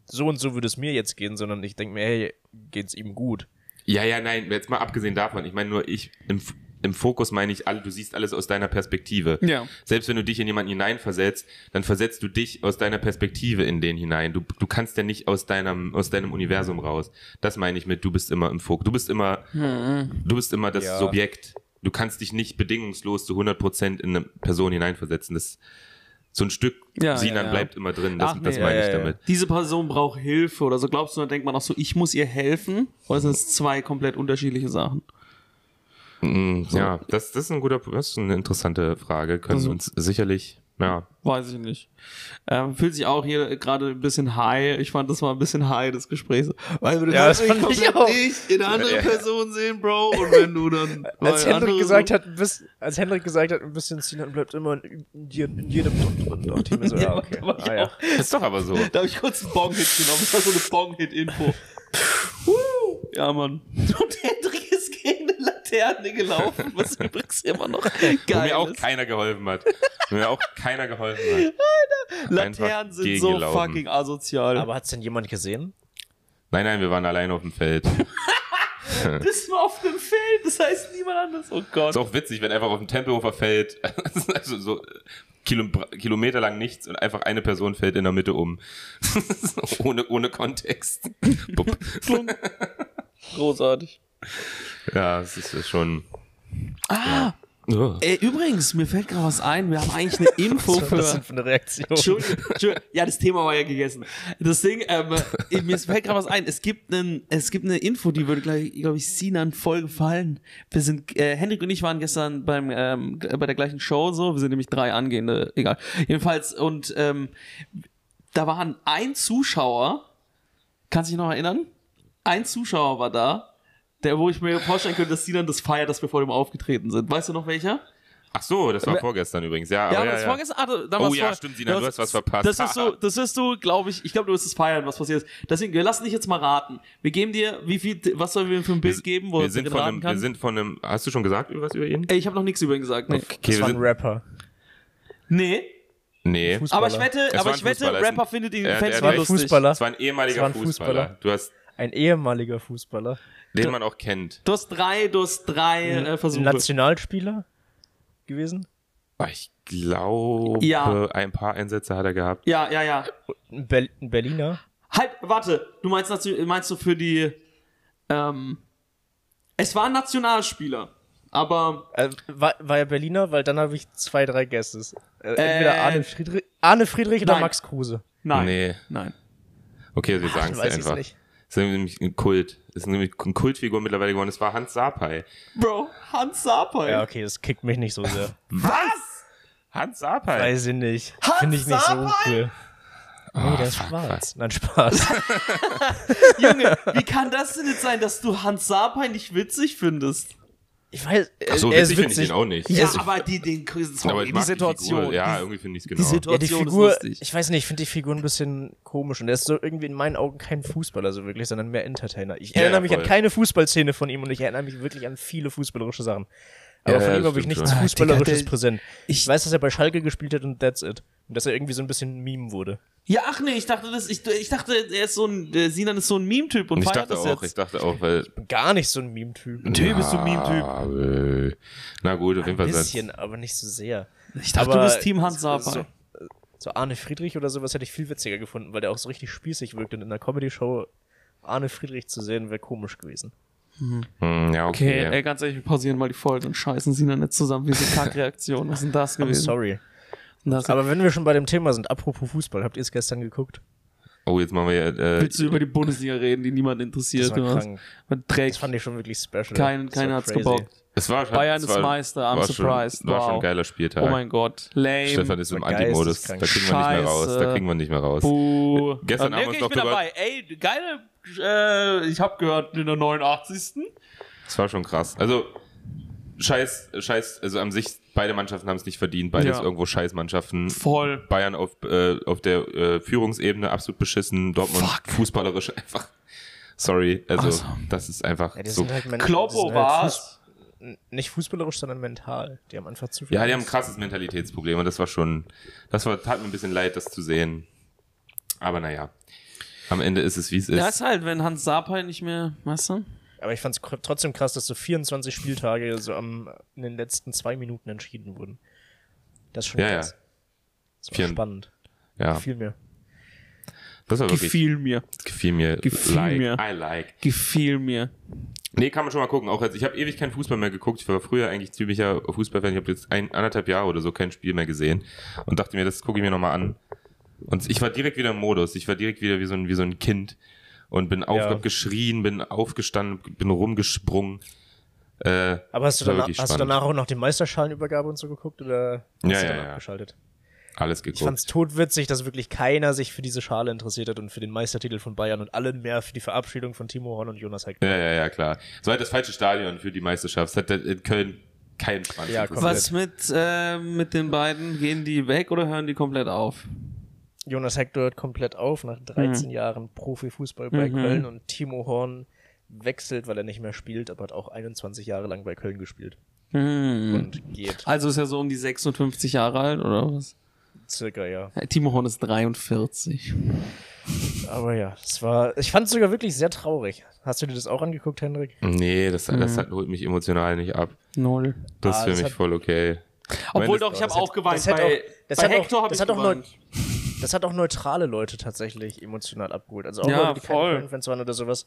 so und so würde es mir jetzt gehen, sondern ich denke mir, hey, geht's ihm gut? Ja, ja, nein, jetzt mal abgesehen davon. Ich meine nur, ich im, F- im Fokus meine ich alle, du siehst alles aus deiner Perspektive. Ja. Selbst wenn du dich in jemanden hineinversetzt, dann versetzt du dich aus deiner Perspektive in den hinein. Du, du kannst ja nicht aus deinem, aus deinem Universum raus. Das meine ich mit, du bist immer im Fokus. Du bist immer, Hm, du bist immer das Ja. Subjekt. Du kannst dich nicht bedingungslos zu 100% in eine Person hineinversetzen. Das, so ein Stück Ja, Sinan ja, ja. bleibt immer drin. Das, Ach, nee, das ja, meine ich ja, ja. damit. diese Person braucht Hilfe oder so glaubst du, dann denkt man auch so, ich muss ihr helfen? Oder sind es zwei komplett unterschiedliche Sachen? Mm, Ja, das, das ist ein guter, das ist eine interessante Frage. Können Also- uns sicherlich, ja. Weiß ich nicht. Ähm, fühlt sich auch hier gerade ein bisschen high. Ich fand, das war ein bisschen high, das Gespräch. Weil du Ja, das kannst mich fand ich komplett auch. nicht in eine andere Ja. Person sehen, Bro. Und wenn du dann. Als weil Hendrik andere- gesagt hat, ein bisschen, als Hendrik gesagt hat, ein bisschen Sinan bleibt immer in, in, je- in jedem Ton drin. Dachte ich mir so, Ja, ja, okay. da war ich Ah, ja. auch. Ist doch aber so. Da habe ich kurz einen Bong-Hit genommen. Das war so eine Bong-Hit-Info. Woo! ja, Mann. Und Hendrik ist gegen eine Laterne gelaufen, was übrigens immer noch Wo geil mir auch ist. keiner geholfen hat. Wo mir auch keiner geholfen hat. Laternen einfach sind so gegengelaufen. fucking asozial. Aber hat's denn jemand gesehen? Nein, nein, wir waren alleine auf dem Feld. Bis mal auf dem Feld, das heißt niemand anders. Oh Gott. Ist auch witzig, wenn einfach auf dem Tempelhofer Feld, also so Kilo, Kilometer lang nichts und einfach eine Person fällt in der Mitte um. ohne, ohne Kontext. Bupp. Großartig. Ja, es ist ja schon. Ah! Ey, übrigens, mir fällt gerade was ein. Wir haben eigentlich eine Info Was war das denn für. für eine Reaktion? Entschuldigung, Entschuldigung. Ja, das Thema war ja gegessen. Das Ding, ähm, äh, mir fällt gerade was ein. Es gibt, einen, es gibt eine Info, die würde, glaube glaub ich, Sinan voll gefallen. Wir sind, äh, Henrik und ich waren gestern beim, ähm, g- bei der gleichen Show so. Wir sind nämlich drei angehende, egal. Jedenfalls, und ähm, da waren ein Zuschauer, kannst du dich noch erinnern? Ein Zuschauer war da, der, wo ich mir vorstellen könnte, dass Sinan das feiert, dass wir vor dem aufgetreten sind. Weißt du noch welcher? Ach so, das war vorgestern übrigens. Ja, Ja, aber aber ja, das ja. vorgestern. Ah, da- da Oh war's ja, vorher. stimmt, Sina, Da du war's- hast was verpasst. Das ist so, das wirst du, glaube ich, ich glaube, du wirst es feiern, was passiert ist. Deswegen, wir lassen dich jetzt mal raten. Wir geben dir, wie viel, was sollen wir für ein Bild geben, wo wir du sind drin von raten einem, wir kannst? sind von einem. Hast du schon gesagt was über ihn? Ey, ich habe noch nichts über ihn gesagt. Nee. Das wir war ein sind, Rapper. nee. nee. Aber Fußballer. ich wette, war aber ein ich wette, Fußballer, es ist Rapper ein- findet ihn, er- fänd's er- war mal ein lustig. Fußballer. Es war ein ehemaliger Es war ein Fußballer. Fußballer. Du hast Ein ehemaliger Fußballer. den man auch kennt. Du hast drei, du hast drei äh, Versuche. Nationalspieler gewesen. Ah, Ich glaube, Ja. ein paar Einsätze hat er gehabt. ja, ja, ja. Ein, Ber ein Berliner. Halt, warte, du meinst, natu- meinst du für die, ähm, es war ein Nationalspieler. Aber Äh, war, war ja Berliner, weil dann habe ich zwei, drei Guesses. Äh, entweder Arne Friedrich, Arne Friedrich oder nein. Max Kruse. nein. Nee. Nein. Okay, wir sagen es dir weiß ich's einfach. nicht. Das ist nämlich ein Kult. Das ist nämlich eine Kultfigur mittlerweile geworden. Das war Hans Sapai. Bro, Hans Sapai. Ja, okay, das kickt mich nicht so sehr. Was? Hans Sapai. Weiß ich nicht. Hans Finde ich nicht so Sapai? cool. Ah, Nee, der ist schwarz. Nein, Spaß. Junge, wie kann das denn jetzt sein, dass du Hans Sapai nicht witzig findest? Ich weiß, äh, Ach so, er ist witzig finde ich witzig. den auch nicht. Ja, Also, aber die, den, sorry, aber ich die mag Situation. Figur. Ja, die- irgendwie finde ich es die genau. Situation Ja, die Figur, ist lustig. ich weiß nicht, ich finde die Figur ein bisschen komisch und er ist so irgendwie in meinen Augen kein Fußballer so wirklich, sondern mehr Entertainer. Ich Ja, erinnere ja, mich voll. an keine Fußballszene von ihm und ich erinnere mich wirklich an viele fußballerische Sachen. Aber Ja, von ja, ihm das habe ich stimmt nichts schon. Ah, fußballerisches Digga, der- präsent. Ich ich- weiß, dass er bei Schalke gespielt hat und that's it. Und dass er irgendwie so ein bisschen ein Meme wurde. Ja, ach nee, ich dachte, das, ich, ich dachte, er ist so ein, der Sinan ist so ein Meme-Typ und Und ich feiert dachte das auch, ich jetzt. dachte auch, weil. Gar nicht so ein Meme-Typ. Natürlich bist du ein Meme-Typ. Meme-Typ. äh, Na gut, auf jeden Fall. Ein Satz. bisschen, aber nicht so sehr. Ich dachte, du Aber bist Team Hans so- Sapai. So Arne Friedrich oder sowas hätte ich viel witziger gefunden, weil der auch so richtig spießig wirkt und in einer Comedy-Show Arne Friedrich zu sehen wäre komisch gewesen. Hm, ja, Okay, äh, okay. ey, ganz ehrlich, wir pausieren mal die Folge und scheißen Sinan jetzt zusammen. Wie so Kackreaktion. Was ist denn das I'm gewesen? Also sorry. Das Aber wenn wir schon bei dem Thema sind, apropos Fußball, habt ihr es gestern geguckt? Oh, jetzt machen wir ja. Äh, Willst du über die Bundesliga reden, die niemand interessiert? Das war oder was? krank. Man Das trägt. fand ich schon wirklich special. Kein, Das war keiner hat's crazy. gebockt. es war schon, Bayern es ist war, Meister, I'm war surprised. Schon, war schon Wow. ein geiler Spieltag. Oh mein Gott. Lame. Stefan ist im war Anti-Modus. Da geisteskrank. kriegen wir nicht mehr raus. Da Scheiße. kriegen wir nicht mehr raus. Buh. Gestern Ah, nee, haben wir okay, uns noch ich bin drüber- dabei. Ey, geile. Äh, ich habe gehört, in der 89. Das war schon krass. Also, scheiß, scheiß, also an sich, beide Mannschaften haben es nicht verdient. Beides Ja. irgendwo Scheißmannschaften. Voll. Bayern auf, äh, auf der äh, Führungsebene absolut beschissen. Dortmund Fuck. fußballerisch einfach. Sorry, also, Also. das ist einfach Ja, die so. sind halt men- die Kloppo sind halt war's. Fuß- Nicht fußballerisch, sondern mental. Die haben einfach zu viel. Ja, die haben ein Angst. krasses Mentalitätsproblem und das war schon, das war, tat mir ein bisschen leid, das zu sehen. Aber naja, am Ende ist es, wie es ist. Ja, ist halt, wenn Hans Sapai nicht mehr, weißt du? Aber ich fand es trotzdem krass, dass so 24 Spieltage so am, in den letzten zwei Minuten entschieden wurden. Das ist schon Ja, ja. krass. Das war Vier- spannend. ja, Viel mehr. das war wirklich, Gefiel mir. gefiel mir. Gefiel like, mir. I like. Gefiel mir. Nee, kann man schon mal gucken. Auch jetzt, ich habe ewig keinen Fußball mehr geguckt. Ich war früher eigentlich ziemlicher Fußballfan. Ich habe jetzt ein, anderthalb Jahre oder so kein Spiel mehr gesehen und dachte mir, das gucke ich mir nochmal an. Und ich war direkt wieder im Modus. Ich war direkt wieder wie so ein, wie so ein Kind und bin auf, Ja. hab geschrien, bin aufgestanden, bin rumgesprungen. Äh, Aber hast du, War danach, wirklich hast du spannend. danach auch noch die Meisterschalenübergabe und so geguckt oder hast Ja, du ja, dann ja. abgeschaltet? alles Ich geguckt. fand's todwitzig, dass wirklich keiner sich für diese Schale interessiert hat und für den Meistertitel von Bayern und alle mehr für die Verabschiedung von Timo Horn und Jonas Heck. Ja, ja, ja, klar. Es war halt das falsche Stadion für die Meisterschaft. Es hat äh, in Köln keinen Spaß. Ja, komm. Was mit, äh, mit den beiden? Gehen die weg oder hören die komplett auf? Jonas Heck hört komplett auf nach Mhm. 13 Jahren Profifußball bei Köln und Timo Horn wechselt, weil er nicht mehr spielt, aber hat auch 21 Jahre lang bei Köln gespielt Mhm. und geht Also ist er so um die 56 Jahre alt oder was? circa ja. Timo Horn ist 43. Aber ja, es war ich fand's sogar wirklich sehr traurig. Hast du dir das auch angeguckt, Hendrik? Nee, das, das hat, holt mich emotional nicht ab. Null. Das Ah, ist für das mich hat- voll okay. Obwohl das- doch, ich habe das hat- auch geweint. das hat bei auch- das bei hat auch- Hector habe das ich hat auch geweint. Das hat auch neutrale Leute tatsächlich emotional abgeholt. Also auch Ja, Leute, die voll. keine Köln-Fans waren oder sowas,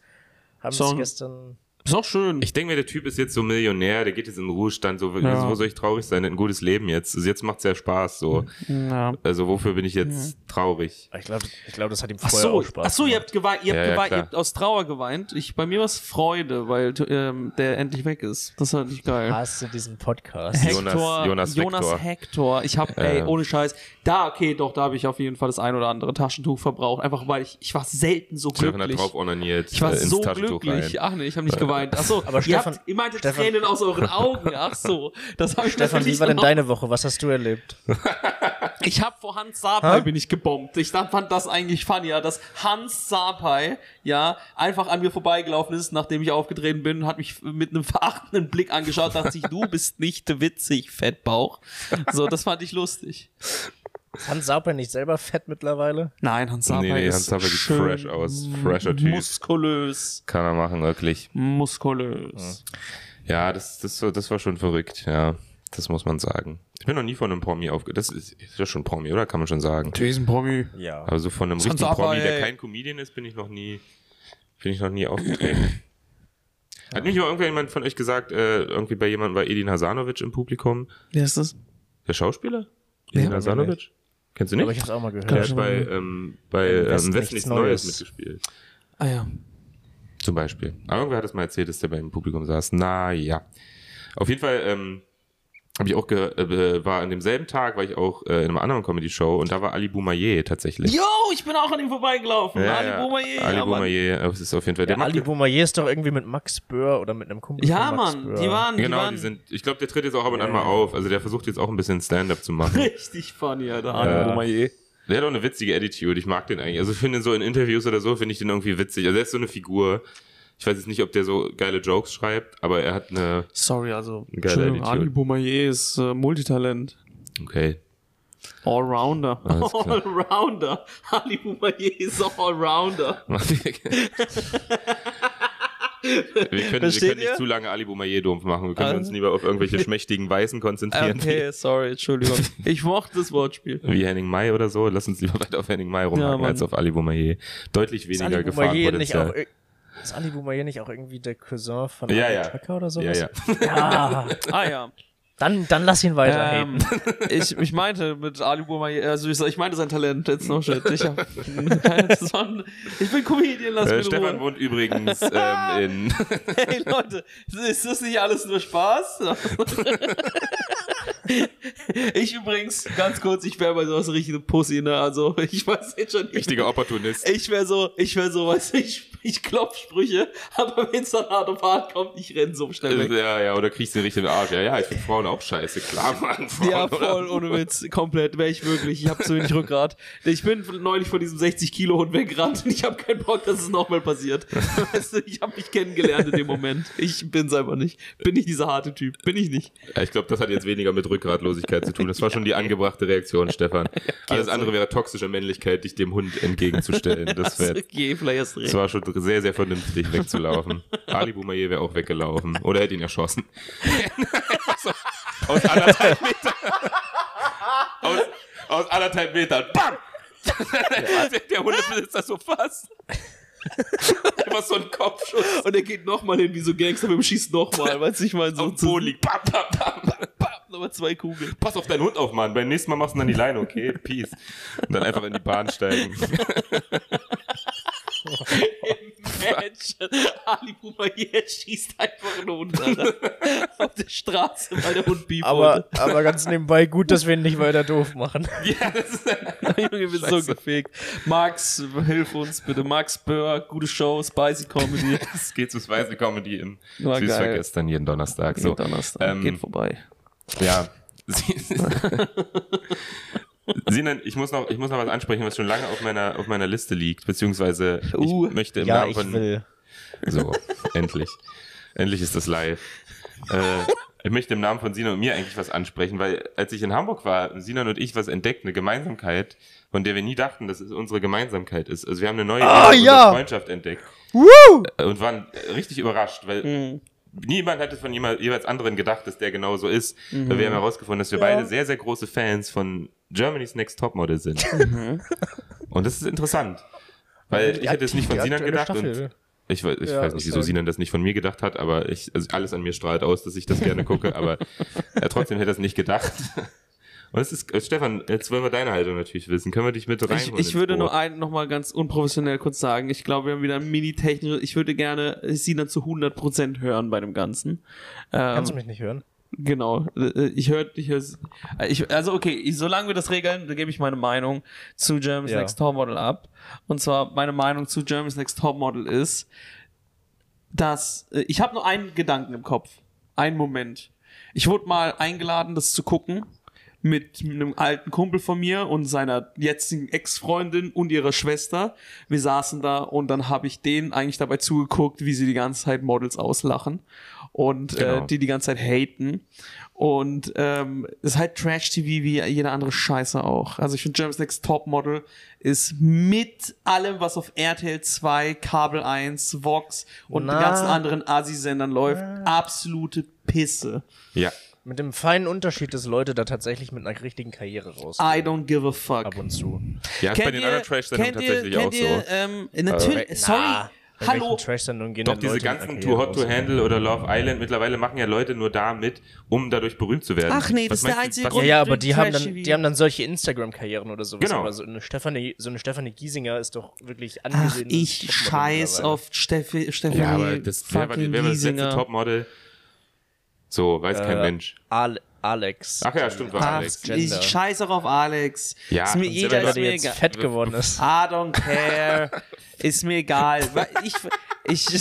haben So es ein- gestern Ist auch schön. Ich denke mir, der Typ ist jetzt so Millionär, der geht jetzt in den Ruhestand. So, Ja. Wo soll ich traurig sein? Der hat Ein gutes Leben jetzt. Also jetzt macht's ja Spaß. So. ja. Also wofür bin ich jetzt traurig? Aber Ich glaube, ich glaub, das hat ihm Ach vorher so, auch Spaß ach so, ihr habt geweint, ihr habt, Ja, ja, geweint, ihr klar. habt aus Trauer geweint. Ich, bei mir war es Freude, weil ähm, der endlich weg ist. Das war nicht geil. Hast du diesen Podcast? Jonas- Jonas Vector. Hector. Ich habe, ey, Ähm. ohne Scheiß, da, okay, doch, da habe ich auf jeden Fall das ein oder andere Taschentuch verbraucht. Einfach weil ich, ich war selten so Stefan hat glücklich. drauf onaniert. Ich war äh, ins so Taschentuch glücklich. Rein. Ach nee, ich habe nicht geweint. Ach so, Aber ihr, Stefan- habt, ihr meintet Stefan- Tränen aus euren Augen. Ach so, das habe ich Stefan, natürlich wie war denn gemacht. deine Woche? Was hast du erlebt? Ich habe vor Hans Sapai Hä? bin ich gebombt. Ich dann fand das eigentlich funnier, dass Hans Sapai ja einfach an mir vorbeigelaufen ist, nachdem ich aufgetreten bin, hat mich mit einem verachtenden Blick angeschaut, dachte ich, du bist nicht witzig, Fettbauch. So, das fand ich lustig. Ist Hans Sauber nicht selber fett mittlerweile? Nein, Hans Sapai Nee, nee, ist Hans Sapai sieht schön fresh aus. Fresher Typ. Muskulös, Kann er machen, wirklich. muskulös. Ja, das, das, das war schon verrückt, ja. Das muss man sagen. Ich bin noch nie von einem Promi aufge... Das ist, ist ja schon Promi, oder? Kann man schon sagen. Du bist ein Promi. Ja. Aber so von einem Sonst richtigen aber, Promi, der ey. kein Comedian ist, bin ich noch nie, bin ich noch nie aufgetreten. Hat nicht mal irgendjemand von euch gesagt, äh, irgendwie bei jemandem war Edin Hasanovic im Publikum? Wer ist das? Der Schauspieler? Edin Hasanovic? Kennst du Aber ich nicht? hab's auch mal gehört. Der schon hat bei, ähm, bei ähm, West West nichts nichts Neues. Neues mitgespielt. Ah ja. Zum Beispiel. Aber irgendwer hat es mal erzählt, dass der beim Publikum saß. Naja. Auf jeden Fall ähm, habe ich auch ge äh, war an demselben Tag war ich auch äh, in einer anderen Comedy Show und da war Ali Boumaier tatsächlich. Yo, ich bin auch an ihm vorbeigelaufen. Ali Boumaier. Ali ja, Mann. Boumaier, das ist auf jeden Fall der Der macht- Ali Boumaier ist doch irgendwie mit Max Böhr oder mit einem Kumpel Ja, von Max Mann, Böhr. die waren, die Genau, waren die sind. Ich glaube, der tritt jetzt auch ab und an mal auf. Also der versucht jetzt auch ein bisschen Stand-up zu machen. richtig funny, Alter. Äh, Ali Boumaier. Der hat auch eine witzige Attitude. Ich mag den eigentlich. Also ich finde so in Interviews oder so finde ich den irgendwie witzig. Also er ist so eine Figur. Ich weiß jetzt nicht, ob der so geile Jokes schreibt, aber er hat eine. Sorry, also. Geile Entschuldigung, Attitude. Ali Boumaier ist äh, Multitalent. Okay. Allrounder. Alles klar. Allrounder. Ali Boumaier ist auch Allrounder. wir können, wir können nicht Versteht ihr? zu lange Ali Boumaier dumpf machen. Wir können Also- uns lieber auf irgendwelche schmächtigen Weißen konzentrieren. Okay, sorry, Entschuldigung. Ich mochte das Wortspiel. Wie Henning May oder so. Lass uns lieber weiter auf Henning May rumhaken Mann. als auf Ali Boumaier. Deutlich Ist weniger Ali Gefahr. Boumaier nicht auch ir- ist Ali Boumaier nicht auch irgendwie der Cousin von Ja, Ali ja. Tucker oder ja, sowas? ja. ja. Ah ja. Dann, dann lass ihn weiter. Ähm, ich, ich meinte mit Ali Boumaier, also ich, ich meinte sein Talent, jetzt no shit. Ich, hab, das war ein- ich bin Comedian, lass Äh, mich in Stefan Ruhe. wohnt übrigens ähm, in. Hey Leute, ist das nicht alles nur Spaß? ich übrigens, ganz kurz, ich wäre bei sowas richtig eine Pussy, ne? Also ich weiß jetzt schon nicht. Richtiger Opportunist. Ich wäre so, ich wäre so, weiß ich, ich klopf Sprüche, aber wenn es dann hart auf hart kommt, ich renn so schnell weg. Also, Ja, ja, oder kriegst du richtig den Arsch. Ja, ja, ich finde Frauen auch scheiße. Klar, Mann, Frauen, Ja, oder? voll, ohne Witz, komplett, wäre ich wirklich. Ich habe zu wenig Rückgrat. Ich bin neulich von diesem 60-Kilo-Hund weggerannt und ich habe keinen Bock, dass es nochmal passiert. Weißt du, ich habe mich kennengelernt in dem Moment. Ich bin's einfach nicht. Bin ich dieser harte Typ? Bin ich nicht. Ja, Ich glaube, das hat jetzt weniger mit Rückgratlosigkeit zu tun. Das war schon die angebrachte Reaktion, Stefan. Alles andere wäre toxische Männlichkeit, dich dem Hund entgegenzustellen. Das wäre. Okay, vielleicht hast du Das recht. war schon sehr, sehr vernünftig, wegzulaufen. Ali Boumaier wäre auch weggelaufen. Oder hätte ihn erschossen. aus, aus anderthalb Metern. Aus, aus anderthalb Metern. Bam! der, der Hundebesitzer so fast. Einfach so ein Kopfschuss. Und er geht nochmal hin, wie so Gangster mit dem Schießt nochmal. Weißt du, ich meine, so auf dem Boden liegt. Bam, bam, bam, bam. bam, nochmal zwei Kugeln. Pass auf deinen Hund auf, Mann. Beim nächsten Mal machst du dann die Leine, okay? Peace. Und dann einfach in die Bahn steigen. Imagine, Ali Boumaier schießt einfach einen Hund, Alter. Auf der Straße, weil der Hund beef wollte. aber, aber ganz nebenbei gut, dass wir ihn nicht weiter doof machen. ja, das ist Junge, wir sind so gefegt. Max, hilf uns bitte. Max Böhr, gute Show, Spicy Comedy. Es geht zu Spicy Comedy im War Süß geil. vergessen jeden Donnerstag. So. Donnerstag, ähm, geht vorbei. Ja. Sie- Sinan, ich muss, noch, ich muss noch was ansprechen, was schon lange auf meiner, auf meiner Liste liegt, beziehungsweise ich Uh. möchte im ja, Namen ich von... will. So, endlich. Endlich ist das live. Äh, ich möchte im Namen von Sinan und mir eigentlich was ansprechen, weil als ich in Hamburg war, haben Sinan und ich was entdeckt, eine Gemeinsamkeit, von der wir nie dachten, dass es unsere Gemeinsamkeit ist. Also wir haben eine neue Ah, Ebene ja. unserer Freundschaft entdeckt Woo! Hm. Äh, und waren äh, richtig überrascht, weil niemand hatte von jemand, jeweils anderen gedacht, dass der genau so ist. Mhm. Weil Wir haben herausgefunden, dass wir beide sehr, sehr große Fans von Germany's Next Topmodel sind. und das ist interessant. Weil ich hätte es nicht von Mhm. Die Sinan aktuelle gedacht und Staffel. ich, wei- ich Ja, weiß nicht, wieso deswegen. Sinan das nicht von mir gedacht hat, aber ich, also alles an mir strahlt aus, dass ich das gerne gucke, aber äh, trotzdem hätte er es nicht gedacht. Und es ist, äh, Stefan, jetzt wollen wir deine Haltung natürlich wissen. Können wir dich mit Ich, reinholen? ich ins würde Boot? nur ein, noch mal ganz unprofessionell kurz sagen, ich glaube, wir haben wieder ein mini-technisches, ich würde gerne Sinan zu 100% hören bei dem Ganzen. Ähm, Kannst du mich nicht hören? Genau, äh, ich höre, ich hör's. äh, Ich, also okay, ich, solange wir das regeln, dann gebe ich meine Meinung zu Germany's Ja. Next Topmodel ab. Und zwar meine Meinung zu Germany's Next Topmodel ist, dass äh, ich habe nur einen Gedanken im Kopf, einen Moment. Ich wurde mal eingeladen, das zu gucken mit einem alten Kumpel von mir und seiner jetzigen Ex-Freundin und ihrer Schwester. Wir saßen da und dann habe ich denen eigentlich dabei zugeguckt, wie sie die ganze Zeit Models auslachen und Genau. äh, die die ganze Zeit haten. Und ähm, ist halt Trash-TV wie jeder andere Scheiße auch. Also ich finde Germany's Next Topmodel ist mit allem, was auf RTL 2, Kabel 1, Vox und den Na. ganzen anderen Asi-Sendern läuft, absolute Pisse. Ja. Mit dem feinen Unterschied, dass Leute da tatsächlich mit einer richtigen Karriere raus I don't give a fuck. ab und zu. Ja, ist bei den anderen Trash-Sendungen tatsächlich auch kennt ihr, äh, so. Ähm, natürlich, Äh, na. sorry, Bei Hallo. welchen Trash-Sendungen gehen Doch denn diese Leute in ihrer ganzen Too Karriere Hot to raus? Handle oder Love Island, mittlerweile machen ja Leute nur da mit, um dadurch berühmt zu werden. Ach nee, das Was ist der meinst du- einzige was- Grund. Ja, ja, aber Und die haben, Trash-TV. dann, die haben dann solche Instagram-Karrieren oder sowas. Genau. Aber so eine Stefanie, so eine Stefanie Giesinger ist doch wirklich Ach, angesehen. ich scheiß auf Steffi, Steffi Ja, aber das wäre fucking wär das letzte Giesinger. Topmodel. So, weiß kein Mensch. Äh, Al Alex. Ach ja, stimmt, war Ach, Alex. ich Gender. scheiß auch auf Alex. Ja, ist mir und jeder selber ist Weil die mir jetzt egal. fett geworden ist. I don't care. ist mir egal. Weil Ich, ich,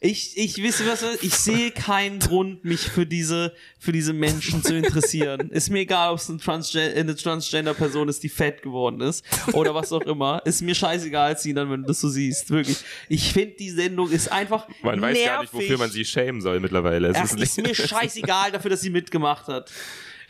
ich, ich, wisse was, ich sehe keinen Grund, mich für diese, für diese Menschen zu interessieren. Ist mir egal, ob es ein Transgen eine Transgender-Person ist, die fett geworden ist oder was auch immer. Ist mir scheißegal, Sinan, wenn du das so siehst. Wirklich. Ich finde, die Sendung ist einfach Man weiß nervig. gar nicht, wofür man sie schämen soll mittlerweile. Es Ach, ist mir scheißegal dafür, dass sie mitgemacht hat.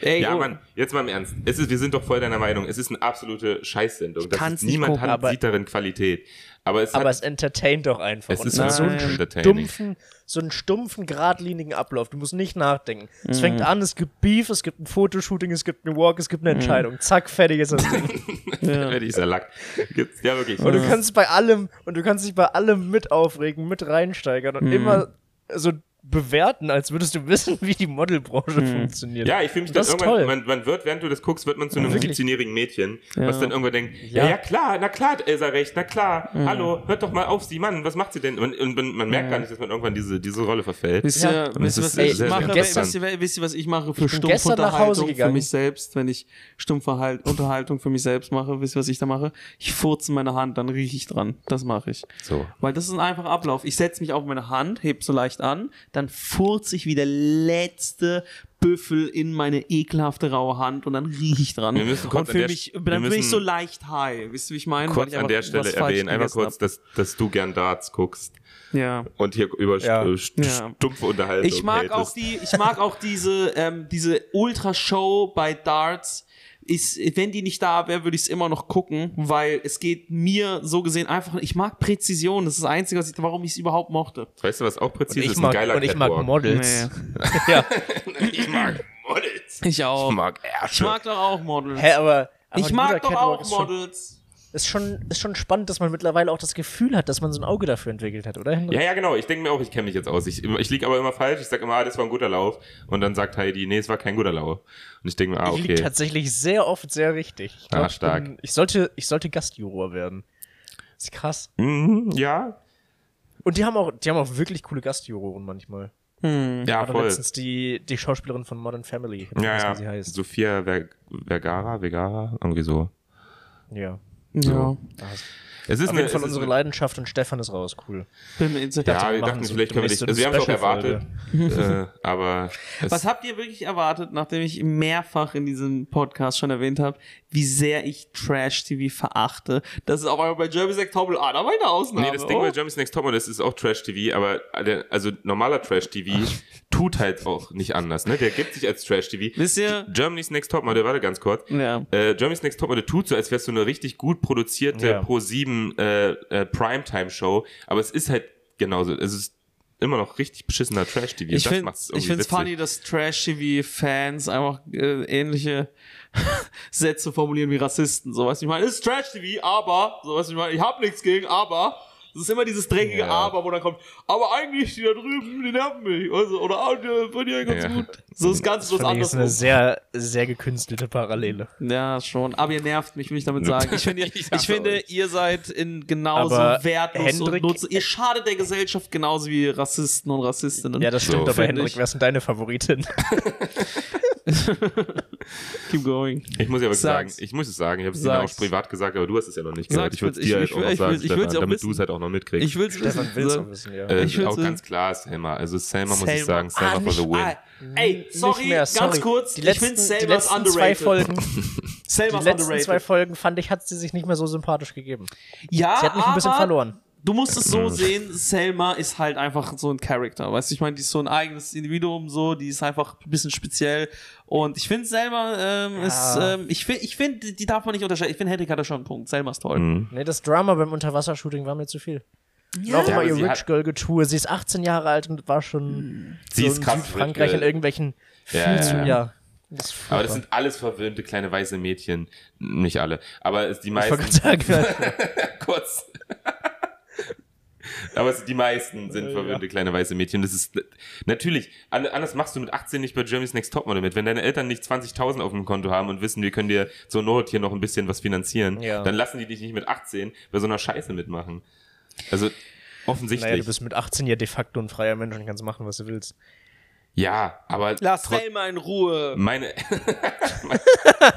Ey, ja, oh. Mann, jetzt mal im Ernst. Es ist, wir sind doch voll deiner Meinung. Es ist eine absolute Scheißsendung. Das kann's ist, nicht niemand gucken, hat, aber- sieht darin Qualität. Aber es Aber hat, es entertaint doch einfach. Es Und ist halt es hat so Nein. einen entertaining. stumpfen, so einen stumpfen, geradlinigen Ablauf. Du musst nicht nachdenken. Es fängt an, es gibt Beef, es gibt ein Fotoshooting, es gibt einen Walk, es gibt eine Entscheidung. Zack, fertig ist das Ding. da werde ich salack. Gibt's, ja, wirklich. Und du kannst bei allem, und du kannst dich bei allem mit aufregen, mit reinsteigern und immer so bewerten, als würdest du wissen, wie die Modelbranche funktioniert. ja, ich fühle mich dann Das ist irgendwann, toll. man, man wird, während du das guckst, wird man zu einem Wirklich. 17-jährigen Mädchen, was dann irgendwann denkt, ja. ja, Ja. klar, na klar, hat Elsa recht, na klar, hallo, hört doch mal auf sie, Mann, was macht sie denn? Und, und man, man merkt gar nicht, dass man irgendwann diese, diese Rolle verfällt. Wisst Ja. ihr, Und wisst ihr, das was ist ich sehr, sehr mache? interessant. Wisst ihr, wer- wisst ihr, was ich mache für bin gestern nach Hause Stumpfunterhaltung für gegangen. mich selbst, wenn ich Stumpfunterhaltung für mich selbst mache? Wisst ihr, was ich da mache? Ich furze meine Hand, dann rieche ich dran. Das mache ich. So. Weil das ist ein einfacher Ablauf. Ich setze mich auf meine Hand, heb so leicht an, dann furze ich wie der letzte Büffel in meine ekelhafte raue Hand und dann rieche ich dran. Wir müssen kurz und an für der mich, St- dann wir bin ich müssen so leicht high. Wisst ihr, wie ich meine? Weil Kurz ich an einfach der was Stelle falsch erwähnen, einfach gegessen kurz, dass, dass du gern Darts guckst hab. Ja. und hier über Ja. st- st- Ja. stumpfe Unterhaltung Ich mag hältst. auch die, ich mag auch diese, ähm, diese Ultra-Show bei Darts. Ist, wenn die nicht da wäre, würde ich es immer noch gucken, weil es geht mir so gesehen einfach. Ich mag Präzision. Das ist das Einzige, was ich, warum ich es überhaupt mochte. Weißt du, was auch Und präzise ich ist? mag, ein geiler und ich mag Catwalk. Models. ja. Ich mag Models. Ich auch. Ich mag Ärsche. Ich mag doch auch Models. Hä, aber, aber ich ein mag guter doch Catwalk auch ist schon- Models. Ist schon, ist schon spannend, dass man mittlerweile auch das Gefühl hat, dass man so ein Auge dafür entwickelt hat, oder? Hendrik? ja, ja, genau. Ich denke mir auch, ich kenne mich jetzt aus. Ich, ich liege aber immer falsch. Ich sage immer, ah, das war ein guter Lauf. Und dann sagt Heidi, nee, es war kein guter Lauf. Und ich denke mir, ah, Ich liege okay. tatsächlich sehr oft sehr richtig. Ich Ah, ich stark. Bin, ich, sollte, ich sollte Gastjuror werden. Ist krass. Mhm, ja, Und die haben auch, die haben auch wirklich coole Gastjuroren manchmal. Mhm. ja, Oder voll. letztens die, die Schauspielerin von Modern Family. Ich weiß nicht, Ja, wie sie ja. heißt. Sophia Ver Vergara, Vergara, irgendwie so. Ja. Ja. Es ist Auf eine- jeden Fall es ist unsere eine- Leidenschaft und Stefan ist raus. Cool. Bin mir inso- Ja, wir machen dachten, so vielleicht können wir demnächst dich. Also, wir haben es auch eine erwartet. äh, aber. es- Was habt ihr wirklich erwartet, nachdem ich mehrfach in diesem Podcast schon erwähnt habe, wie sehr ich Trash-TV verachte? Das ist auf einmal bei Jeremy Zack Tobel. Ah, da war eine Ausnahme. Nee, das Ding oh. bei Jeremy's Next Topmodel, das ist auch Trash-TV, aber der, also normaler Trash-TV tut halt auch nicht anders, ne? Der gibt sich als Trash-TV. Wisst ihr- G- Germany's Next Topmodel, warte ganz kurz. Ja. Äh, Germany's Next Topmodel tut so, als wär's so eine richtig gut produzierte Ja. Pro7 äh, äh, Primetime-Show, aber es ist halt genauso. Es ist immer noch richtig beschissener Ich Trash-TV. und das finde macht's irgendwie ich find's witzig. funny, dass Trash-TV-Fans einfach äh, ähnliche Sätze formulieren wie Rassisten. So was ich meine, ist Trash-TV, aber, so was ich meine, ich hab nichts gegen, aber. Es ist immer dieses dreckige Ja. Aber, wo dann kommt, aber eigentlich die da drüben, die nerven mich. Also, oder, ah, die fand ich eigentlich ganz Ja. gut. So ist ganz was Fand ich, ist andersrum. eine sehr, sehr gekünstelte Parallele. Ja, schon. Aber ihr nervt mich, will ich damit sagen. Ich finde, ich hasse finde ihr seid in genauso Aber wertlos Hendrik- und nutz Ihr schadet der Gesellschaft genauso wie Rassisten und Rassistinnen. Ja, das stimmt, So. aber Find Hendrik, ich. wer ist denn deine Favoritin? Keep going. Ich muss ja wirklich Sag's. sagen, ich muss es sagen, ich habe es dir Sag's. auch privat gesagt, aber du hast es ja noch nicht Sag's gehört. Ich würde es bitte, dir ich- halt ich auch will- noch ich will- ich will's sagen, Stefan, auch damit wissen. du es halt auch noch mitkriegst. Ich will's wissen. will's So. auch wissen, ja. Äh, Ich will's auch wissen. ganz klar, Selma. Also Selma, muss ich Selma. sagen, Selma Ah, for the nicht- win. ah, Ey, sorry, Nicht mehr, sorry. ganz kurz. Die ich letzten, finde die Selma's letzten zwei underrated. Folgen, die Selma's letzten underrated. zwei Folgen fand ich, hat sie sich nicht mehr so sympathisch gegeben. ja, Sie hat mich ein bisschen aber verloren. Du musst es Mhm. so sehen, Selma ist halt einfach so ein Charakter, weißt du, ich meine, die ist so ein eigenes Individuum, so, die ist einfach ein bisschen speziell und ich finde Selma ähm, ist, ähm, ich finde, ich find, die darf man nicht unterscheiden, ich finde, Hendrik hat da schon einen Punkt, Selma ist toll. Nee, das Drama beim Unterwassershooting war mir zu viel. Ja. Ja, Noch mal aber ihr sie Rich hat- Hm. Girl Getue. Sie ist 18 Jahre alt und war schon Sie so ist in krass, Südfrankreich Rich in Girl. irgendwelchen viel ja, zu, ja. ja. Das ist Aber das furchtbar. sind alles verwöhnte kleine weiße Mädchen. Nicht alle. Aber es- die ich meisten. wollte gerade sagen, kurz. Aber es, die meisten sind verwöhnte kleine weiße Mädchen. Das ist natürlich, an- anders machst du mit 18 nicht bei Germany's Next Topmodel mit. Wenn deine Eltern nicht 20.000 auf dem Konto haben und wissen, wir können dir zur Not hier noch ein bisschen was finanzieren, Ja. dann lassen die dich nicht mit 18 bei so einer Scheiße mitmachen. Also offensichtlich. Naja, du bist mit 18 ja de facto ein freier Mensch und kannst machen, was du willst. ja, aber Lass trotz- Selma in Ruhe. Meine,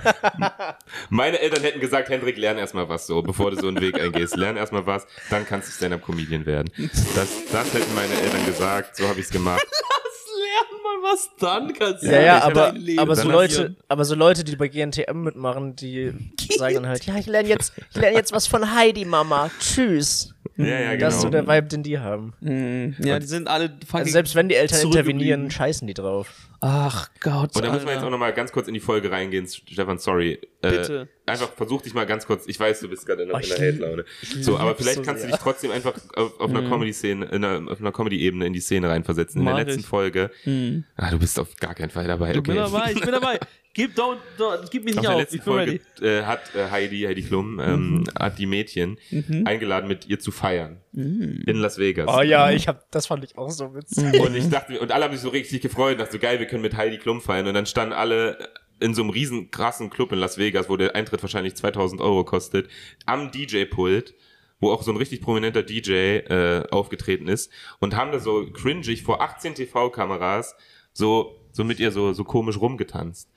meine Eltern hätten gesagt, Hendrik, lern erstmal was so, bevor du so einen Weg eingehst. Lern erstmal was, dann kannst du Stand-Up-Comedian werden. Das, das hätten meine Eltern gesagt, so habe ich es gemacht. Lass lernen mal was dann kannst. du Ja, ja, ich hab aber, dein Leben aber, so Dann Leute, aber so Leute, die bei GNTM mitmachen, die sagen dann halt, ja, ich lerne jetzt, ich lerne jetzt was von Heidi, Mama. Tschüss. Ja, ja, Hm, Das ist so genau. der Vibe, den die haben. Mhm. Ja, die sind alle fucking. Also selbst wenn die Eltern Zurückgeblieben. intervenieren, scheißen die drauf. Ach Gott. Und da müssen wir jetzt Alter. auch nochmal ganz kurz in die Folge reingehen, Stefan, sorry. Äh, Bitte. Einfach versuch dich mal ganz kurz, ich weiß, du bist gerade in Oh, einer, ich in einer Hate-Laune. So, aber vielleicht so kannst du sehr. Hm. dich trotzdem einfach auf, auf einer Comedy-Szene, in einer, auf einer Comedy-Ebene in die Szene reinversetzen. In Mach der letzten ich. Folge. Mhm. Ah, du bist auf gar keinen Fall dabei. Ich bin dabei, ich bin dabei. Gib, don't, don't, gib mich Auf nicht der auf. letzten Ich bin Folge ready. Mhm. äh, hat äh, Heidi, Heidi Klum, ähm, hat die Mädchen eingeladen, mit ihr zu feiern. Mhm. In Las Vegas. Oh ja, ich hab, das fand ich auch so witzig. Und ich dachte, und alle haben sich so richtig gefreut, dachte so geil, wir können mit Heidi Klum feiern. Und dann standen alle in so einem riesen krassen Club in Las Vegas, wo der Eintritt wahrscheinlich 2000 Euro kostet, am DJ-Pult, wo auch so ein richtig prominenter DJ äh, aufgetreten ist und haben da so cringig vor 18 TV-Kameras so, so mit ihr so, so komisch rumgetanzt.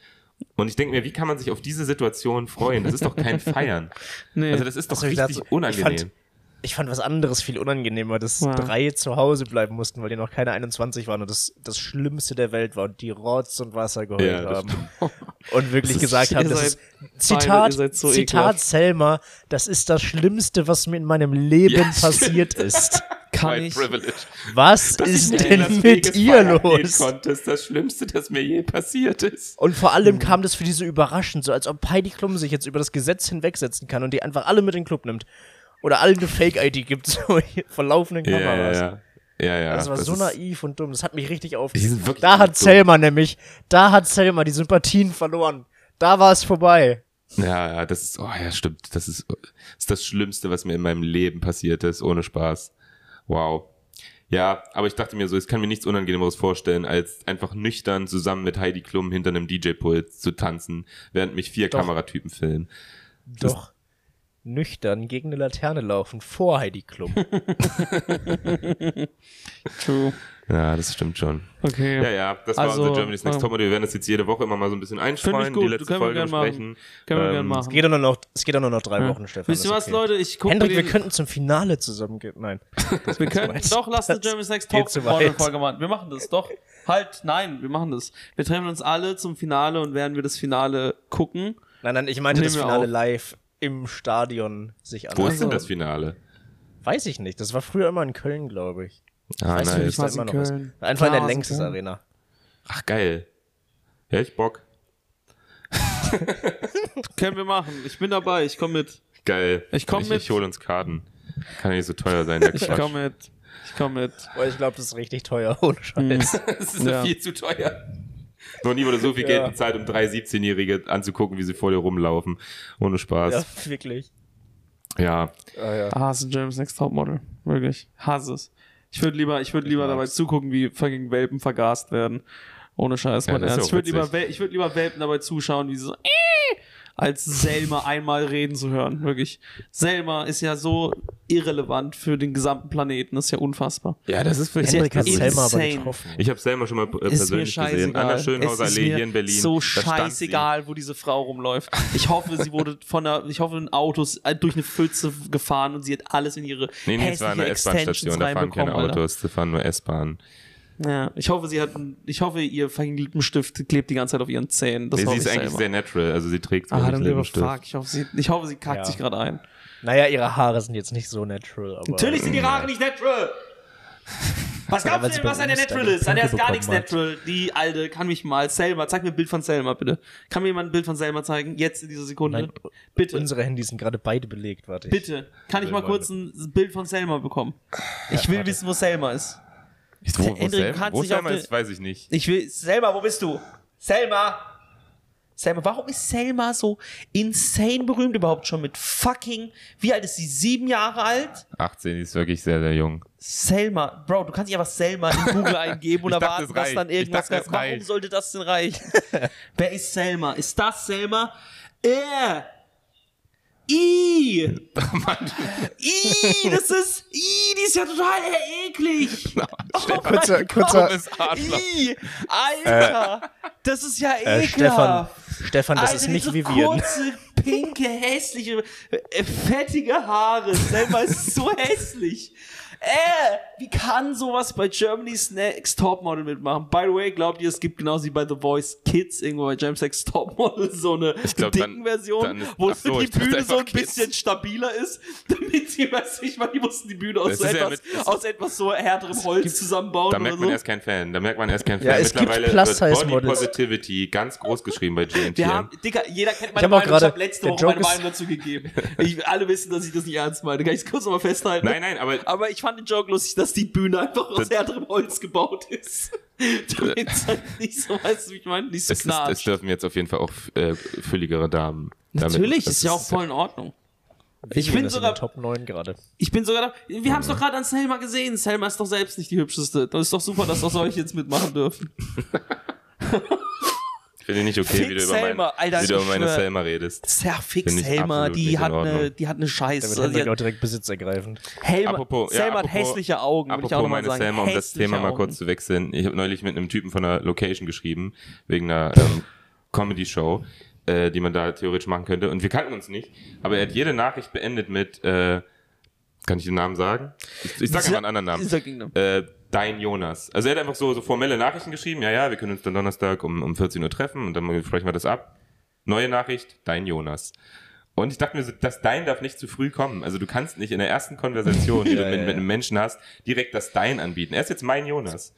Und ich denke mir, wie kann man sich auf diese Situation freuen? Das ist doch kein Feiern. Nee. Also das ist doch Also ich richtig dachte, unangenehm. Ich fand, ich fand was anderes viel unangenehmer, dass Ja. drei zu Hause bleiben mussten, weil die noch keine 21 waren und das das Schlimmste der Welt war und die Rotz und Wasser geheult Ja, das haben. Und wirklich Das ist- gesagt haben, ihr das seid ist, beide, ihr Zitat, seid so Zitat ekelhaft. Selma, das ist das Schlimmste, was mir in meinem Leben Ja, passiert ist. Kann White ich. privilege. Was Das ist ist denn Las mit Vegas ihr Fire Gate los? Contest, das Schlimmste, das mir je passiert ist. Und vor Mhm. allem kam das für die so überraschend, so als ob Heidi Klum sich jetzt über das Gesetz hinwegsetzen kann und die einfach alle mit in den Club nimmt. Oder allen eine Fake-ID gibt, so hier vor laufenden Ja, ja, Kameras. ja. ja, ja. Also Das war so ist- naiv und dumm. Das hat mich richtig Die sind aufgeregt. wirklich Da hat dumm. Selma nämlich, da hat Selma die Sympathien verloren. Da war es vorbei. Ja, ja, das ist, oh ja, stimmt. Das ist, ist das Schlimmste, was mir in meinem Leben passiert ist, ohne Spaß. Wow. Ja, aber ich dachte mir so, ich kann mir nichts Unangenehmeres vorstellen, als einfach nüchtern zusammen mit Heidi Klum hinter einem DJ-Pult zu tanzen, während mich vier Doch. Kameratypen filmen. Doch nüchtern gegen eine Laterne laufen vor Heidi Klum. True. Ja, das stimmt schon. Okay. Ja, ja, das war Also, unser Germany's Next ja. Topmodel. Wir werden das jetzt jede Woche immer mal so ein bisschen einstreuen, gut, die letzte können wir Folge gern machen. besprechen. Können wir Ähm, gerne Es machen. geht doch nur noch, es geht doch nur noch drei Wochen, Stefan. Wisst ihr ist was, okay. Leute? Ich gucke Hendrik, den, wir könnten zum Finale zusammengehen. Nein. wir können weit. doch, lass Das den Jeremy's Next geht Talk zu Folge weit. Folge machen. Wir machen das doch. Halt, nein, wir machen das. Wir treffen uns alle zum Finale und werden wir das Finale gucken. Nein, nein, ich meinte Nehmen das wir Finale auf. live im Stadion sich Wo an. ist denn Also- das Finale? Weiß ich nicht. Das war früher immer in Köln, glaube ich. Ah, Weißt du, wie nice. es da war's in immer noch ist? Köln. Einfach in Klar, der war's in Längstes Köln. Arena. Ach, geil. Ja, ich Bock. Können wir machen. Ich bin dabei, ich komme mit. Geil. Ich komm ich, mit. Ich hol uns Karten. Kann ja nicht so teuer sein, der Ich Quatsch. komme mit. Ich komme mit. Hm. Boah, ich glaube, das ist richtig teuer, ohne Scheiß. Das ist Ja. viel zu teuer. Noch nie wurde so viel Geld Ja. bezahlt, um drei 17-Jährige anzugucken, wie sie vor dir rumlaufen. Ohne ja, Hm. Spaß. wirklich. Ja. Ah, es ist ein James Next Topmodel. Wirklich. Hasse es. Ich würde lieber, ich würd lieber dabei mag's. zugucken, wie fucking Welpen vergast werden. Ohne Scheiß, Ja, mein das ist Ernst. ja Ich auch würde lieber, witzig. Wel- ich würd lieber Welpen dabei zuschauen, wie sie so, äh, als Selma einmal reden zu hören. Wirklich. Selma ist ja so irrelevant für den gesamten Planeten. Das ist ja unfassbar. Ja, das ist wirklich. Hendrik hat ist ja Selma aber insane. getroffen. Ich habe Selma schon mal äh, Ist mir persönlich gesehen. scheißegal. An der es Schönhauser ist Allee mir hier in Berlin. so Da stand sie. scheißegal, wo diese Frau rumläuft. Ich hoffe, sie wurde von der, ich hoffe, ein Autos äh, durch eine Pfütze gefahren und sie hat alles in ihre Nee, nee, es war eine hässliche Extensions S-Bahn-Station, da fahren reinbekommen. keine Alter. Autos, da fahren nur S-Bahn. Ja, ich hoffe, sie hat, ein- ich hoffe, ihr fucking Lippenstift klebt die ganze Zeit auf ihren Zähnen. Das Nee, hoffe sie ist ich eigentlich selber. sehr natural, also sie trägt so Ah, einen dann lieber Lippenstift. fuck. Ich hoffe, sie, ich hoffe, sie kackt Ja. sich gerade ein. Naja, ihre Haare sind jetzt nicht so natural, aber. Natürlich sind ihre Haare nicht natural. Was glaubst Ja, weil du Äh, sie denn, was an der bewusst natural eine ist? An der ist gar Pimpe nichts bekommen hat. natural. Die alte, kann mich mal. Selma, zeig mir ein Bild von Selma, bitte. Kann mir jemand ein Bild von Selma zeigen? Jetzt in dieser Sekunde. Nein, ne? bitte. Unsere Handys sind gerade beide belegt, warte. ich- Bitte. Kann Äh, ich mal kurz ein Bild von Selma bekommen? Ich will wissen, wo Selma ist. Ich, wo, wo, Hendrik, Selma- kannst wo dich auf Selma die- ist, weiß ich nicht. Ich will. Selma, wo bist du? Selma! Selma, warum ist Selma so insane berühmt überhaupt schon mit fucking, wie alt ist sie? Sieben Jahre alt? 18 ist wirklich sehr, sehr jung. Selma, Bro, du kannst nicht einfach Selma in Google eingeben und Ich dachte, erwarten, es dass reicht. dann Ich irgendwas dachte, es kommt. Warum reicht. sollte das denn reichen? Wer ist Selma? Ist das Selma? Äh! I! Mann, I! Das ist. I! Die ist ja total eklig! Oh Kurzer, kurzer, dummes Arschloch. Ih, Alter, das ist ja äh, ekelhaft. Stefan, Stefan, das Alter, ist nicht diese ne? Vivian. Kurze, pinke, hässliche, äh, fettige Haare. Selma ist so hässlich. Äh, wie kann sowas bei Germany's Next Topmodel mitmachen? By the way, glaubt ihr, es gibt genauso wie bei The Voice Kids irgendwo bei Germany's Next Topmodel so eine glaub, dann- dicken Version, dann ist- wo ach so, die ich dachte Bühne so ein einfach Kids. bisschen stabiler ist, damit sie, weiß ich mal, die mussten die Bühne aus, Das so ist ja etwas, mit- das- aus etwas so härterem Holz zusammenbauen Da oder merkt so. man, er ist kein Fan. Da merkt man, er ist kein Fan. Ja, es gibt Mittlerweile wird Body Plus-Size-Models. Positivity ganz groß geschrieben bei GNT. Wir haben, Digga, jeder kennt meine hab auch Meinung. Ich gerade- habe letzte der Woche meine Joke ist- Meinung dazu gegeben. Ich, alle wissen, dass ich das nicht ernst meine. Kann ich es kurz nochmal festhalten? Nein, nein, aber Aber ich fand den Joke lustig, dass die Bühne einfach aus Das- härterem Holz gebaut ist. Damit es halt nicht so, weißt du, wie ich meine, nicht so es, ist, es knatscht. dürfen jetzt auf jeden Fall auch äh, fülligere Damen. damit- Natürlich, das ist ja auch voll in Ordnung. Ich bin das in sogar- der Top 9 gerade. Ich bin sogar da, wir haben es doch gerade an Selma gesehen. Selma ist doch selbst nicht die hübscheste. Das ist doch super, dass auch solche jetzt mitmachen dürfen. Finde ich nicht okay, Fick wie du über, mein, Selma, Alter, wie du ich über meine schwör. Selma redest. Sehr fix, Finde ich Helma, absolut nicht die in hat, eine, Ordnung. die hat eine Damit Scheiße. Also, also, die Hendrik hat, auch direkt besitzergreifend. Helma, Apropos- ja, Selma hat apropos- hässliche Augen, will ich auch Apropos noch mal meine sagen. Selma, um das Hässliche Thema mal Augen. kurz zu wechseln. Ich habe neulich mit einem Typen von einer Location geschrieben, wegen einer ähm, Comedy-Show, äh, die man da theoretisch machen könnte. Und wir kannten uns nicht, aber er hat jede Nachricht beendet mit, äh, kann ich den Namen sagen? Ich, ich sage einfach einen anderen Namen. Sag ihn dann. äh, dein Jonas. Also er hat einfach so, so formelle Nachrichten geschrieben, ja, ja, wir können uns dann Donnerstag um, um 14 Uhr treffen und dann sprechen wir das ab. Neue Nachricht, dein Jonas. Und ich dachte mir so, das Dein darf nicht zu früh kommen. Also du kannst nicht in der ersten Konversation, die du mit, mit einem Menschen hast, direkt das Dein anbieten. Er ist jetzt mein Jonas.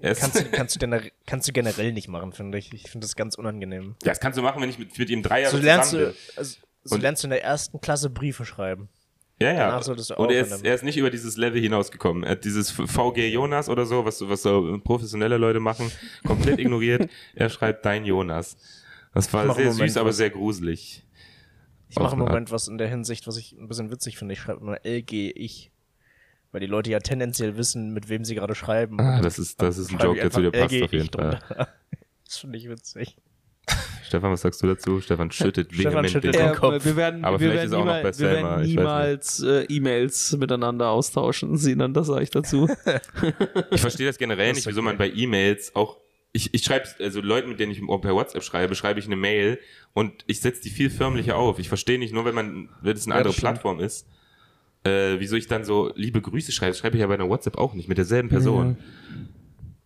Er ist, Kannst du, kannst, du gener- kannst du generell nicht machen, finde ich. Ich finde das ganz unangenehm. Ja, das kannst du machen, wenn ich mit, mit ihm drei Jahre So zusammen lernst bin. du, also, so Und- lernst du in der ersten Klasse Briefe schreiben. Ja, ja. Danach solltest du und er aufhören ist, damit. er ist nicht über dieses Level hinausgekommen. Er hat dieses VG Jonas oder so, was, so- was so professionelle Leute machen, komplett ignoriert. Er schreibt dein Jonas. Das war mach sehr im Moment süß, aber was. sehr gruselig. Ich mache im Offenbar. Moment was in der Hinsicht, was ich ein bisschen witzig finde. Ich schreibe immer LG ich. Weil die Leute ja tendenziell wissen, mit wem sie gerade schreiben. Ah, das ist, das ist ein Schreibe Joke, ich der zu dir einfach passt LG auf jeden ich Fall. drunter. Das finde ich witzig. Stefan, was sagst du dazu? Stefan schüttet Stefan vehement schüttelt den den Ähm, Kopf. Kopf. Wir werden, Aber wir werden vielleicht ist auch noch niemals, bei wir Selma, werden ich weiß niemals äh, E-Mails miteinander austauschen, sie dann, das sage ich dazu. Ich verstehe das generell nicht, wieso man bei E-Mails auch. Ich, ich schreibe, also Leuten, mit denen ich per WhatsApp schreibe, schreibe ich eine Mail und ich setze die viel förmlicher auf. Ich verstehe nicht, nur wenn man, wenn es eine Ja, andere das stimmt. Plattform ist, äh, wieso ich dann so liebe Grüße schreibe. Das schreibe ich ja bei einer WhatsApp auch nicht, mit derselben Person.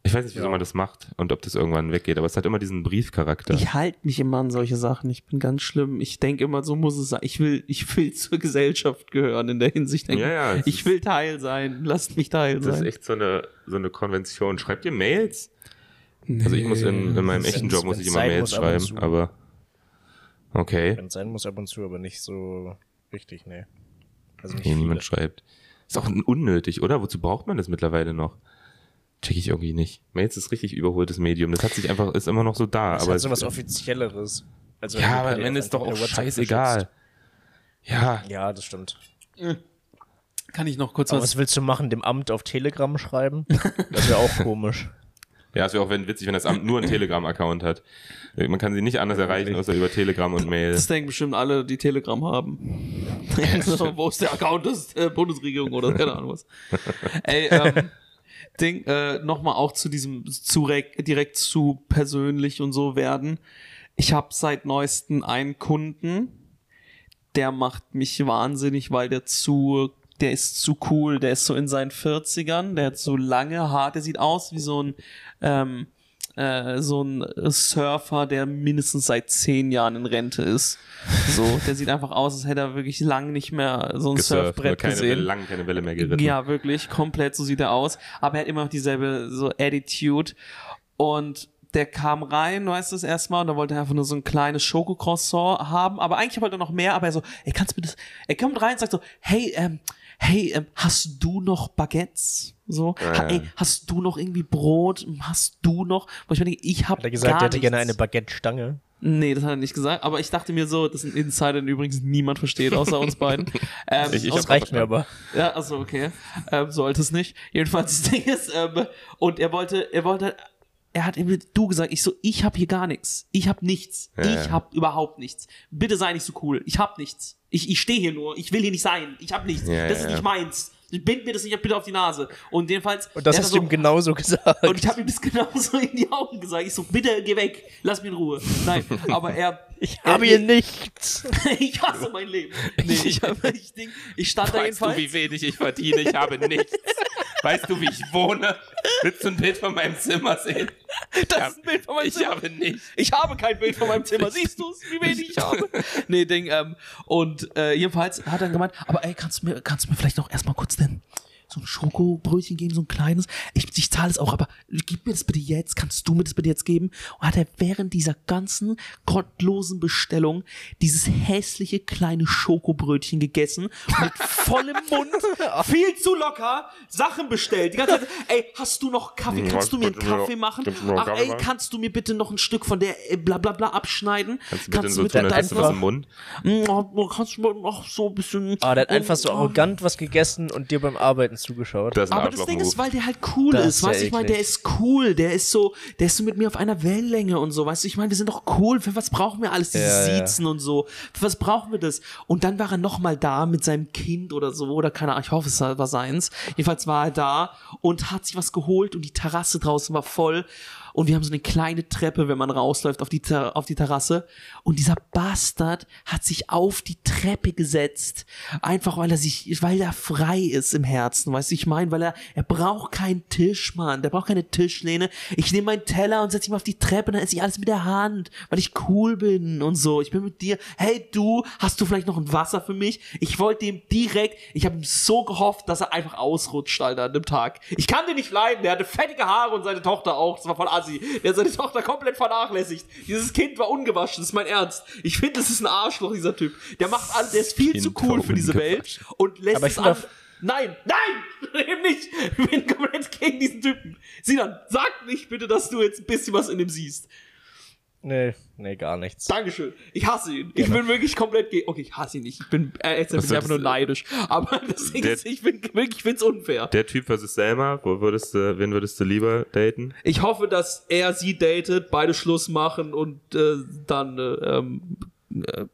Ich weiß nicht, wieso man das macht und ob das irgendwann weggeht, aber es hat immer diesen Briefcharakter. Ich halte mich immer an solche Sachen, ich bin ganz schlimm. Ich denke immer, so muss es sein. Ich will, ich will zur Gesellschaft gehören in der Hinsicht. Ja, ja, es ich ist- will Teil sein, lasst mich Teil Das ist sein. echt so eine, so eine Konvention. Schreibt ihr Mails? Also ich muss in, in meinem Wenn's- echten Job muss ich wenn's immer sein Mails muss, ab und schreiben, zu. aber okay. Wenn es sein muss, ab und zu, aber nicht so richtig, ne. Also nicht Nee, viele. niemand schreibt. Ist auch unnötig, oder? Wozu braucht man das mittlerweile noch? Check ich irgendwie nicht. Mails ist richtig überholtes Medium. Das hat sich einfach, ist immer noch so da. aber Das ist halt so was Offizielleres. Also wenn ja, du aber am PDF Ende ist einfach doch auch per WhatsApp scheißegal. Ja, verschickst. Ja, das stimmt. Äh. Kann ich noch kurz Aber was? was willst du machen? Dem Amt auf Telegram schreiben? Das wäre auch komisch. ja, es wäre auch wenn- witzig, wenn das Amt nur einen Telegram-Account hat. Man kann sie nicht anders erreichen, außer über Telegram und Mail. Das denken bestimmt alle, die Telegram haben. so, wo ist der Account des äh, Bundesregierung oder keine Ahnung was. Ey, ähm, Ding, äh, nochmal auch zu diesem zu rek- direkt zu persönlich und so werden. Ich habe seit neuesten einen Kunden, der macht mich wahnsinnig, weil der zu, der ist zu cool, der ist so in seinen 40ern, der hat so lange Haar, der sieht aus wie so ein, ähm, äh, so ein Surfer, der mindestens seit zehn Jahren in Rente ist. So, der sieht einfach aus, als hätte er wirklich lange nicht mehr so ein Gesurft, nur Surfbrett keine Welle, gesehen. lange keine Welle mehr geritten. Ja, wirklich, komplett, so sieht er aus. Aber er hat immer noch dieselbe so Attitude. Und der kam rein, weißt du, das erste Mal, und da wollte er einfach nur so ein kleines Schokocroissant haben. Aber eigentlich wollte er noch mehr, aber er so, ey, kannst du mir das, er kommt rein und sagt so, hey, ähm, hey, ähm, hast du noch Baguettes? So, ha, Ja. ey, hast du noch irgendwie Brot? Hast du noch? Wo ich mir denke, ich Hat er habe gesagt, er gar hätte gerne eine nichts. Baguette-Stange. Nee, das hat er nicht gesagt. Aber ich dachte mir so, das ist ein Insider, den übrigens niemand versteht, außer uns beiden. Ähm, Ich- ich aus- hab- Das reicht mir aber. ja, also okay. Ähm, sollte es nicht. Jedenfalls das Ding ist, ähm, und er wollte, er wollte, er hat ihm du gesagt, ich so, ich hab hier gar nichts. Ich hab nichts. Ja, ich ja. hab überhaupt nichts. Bitte sei nicht so cool. Ich hab nichts. Ich, ich stehe hier nur. Ich will hier nicht sein. Ich hab nichts. Ja, das ist ja, ja. nicht meins. Bind mir das nicht bitte auf die Nase. Und jedenfalls. Und das er hat hast so- du ihm genauso gesagt. und ich habe ihm das genauso in die Augen gesagt. Ich so, bitte geh weg, lass mich in Ruhe. Nein, aber er. ich er- habe hier nichts. ich hasse mein Leben. Nee, ich, ich, denk, ich stand da Weißt du, jedenfalls. wie wenig ich verdiene? Ich habe nichts. Weißt du, wie ich wohne? Willst du ein Bild von meinem Zimmer sehen? das ist ein Bild von meinem Ich Zimmer. habe nichts. Ich habe kein Bild von meinem Zimmer. Siehst du es, wie wenig ich habe? Nee, Ding. Ähm, und äh, jedenfalls hat er gemeint, aber ey, kannst du mir, kannst du mir vielleicht auch erstmal kurz denn so ein Schokobrötchen geben, so ein kleines? Ich, ich zahle es auch, aber gib mir das bitte jetzt. Kannst du mir das bitte jetzt geben? Und hat er während dieser ganzen gottlosen Bestellung dieses hässliche kleine Schokobrötchen gegessen mit vollem Mund, viel zu locker, Sachen bestellt. Die ganze Zeit, ey, hast du noch Kaffee? Ja, Kannst du mir einen kannst du mir noch- Kaffee machen? kannst du mir noch Ach, Kaffee ey, machen? kannst du mir bitte noch ein Stück von der äh, bla bla bla abschneiden? Kannst du bitte so tun, als deinem- hättest du was im Mund? Mm, kannst du mir noch so ein bisschen. Oh, Ah, der hat einfach so arrogant was gegessen und dir beim Arbeiten zugeschaut. Das ist ein Aber das Ding ist, Arschloch-Move. weil der halt cool Das ist, ist weißt du, ja ich meine, eklig. der ist cool, der ist so, der ist so mit mir auf einer Wellenlänge und so, weißt du, ich meine, wir sind doch cool, für was brauchen wir alles, diese Ja, ja. Siezen und so, für was brauchen wir das? Und dann war er nochmal da mit seinem Kind oder so, oder keine Ahnung, ich hoffe, es war seins, jedenfalls war er da und hat sich was geholt und die Terrasse draußen war voll und wir haben so eine kleine Treppe, wenn man rausläuft auf die, Ter auf die Terrasse und dieser Bastard hat sich auf die Treppe gesetzt, einfach weil er sich, weil er frei ist im Herzen, weißt du, ich meine, weil er, er braucht keinen Tisch, Mann, der braucht keine Tischlehne, ich nehme meinen Teller und setze mich mal auf die Treppe, dann esse ich alles mit der Hand, weil ich cool bin und so, ich bin mit dir, hey du, hast du vielleicht noch ein Wasser für mich? Ich wollte ihm direkt, ich habe ihm so gehofft, dass er einfach ausrutscht, Alter, an dem Tag. Ich kann den nicht leiden, der hatte fettige Haare und seine Tochter auch, das war voll assi, der hat seine Tochter komplett vernachlässigt, dieses Kind war ungewaschen, das ist mein Ernst, ich finde, das ist ein Arschloch, dieser Typ, der macht alles, der ist viel Kind zu cool war für diese Welt ungewaschen. und lässt Aber ich es finde an. auf- Nein, nein, eben nicht. Ich bin komplett gegen diesen Typen. Sinan, sag nicht bitte, dass du jetzt ein bisschen was in dem siehst. Nee, nee, gar nichts. Dankeschön. Ich hasse ihn. Ich bin wirklich komplett gegen. Okay, ich hasse ihn nicht. Ich bin, äh, jetzt bin Was ich einfach soll nur das- neidisch. Aber das Ding Der- ist, ich bin wirklich, ich find's unfair. Der Typ versus Selma, wo würdest du, wen würdest du lieber daten? Ich hoffe, dass er sie datet, beide Schluss machen und äh, dann. Äh, ähm, äh,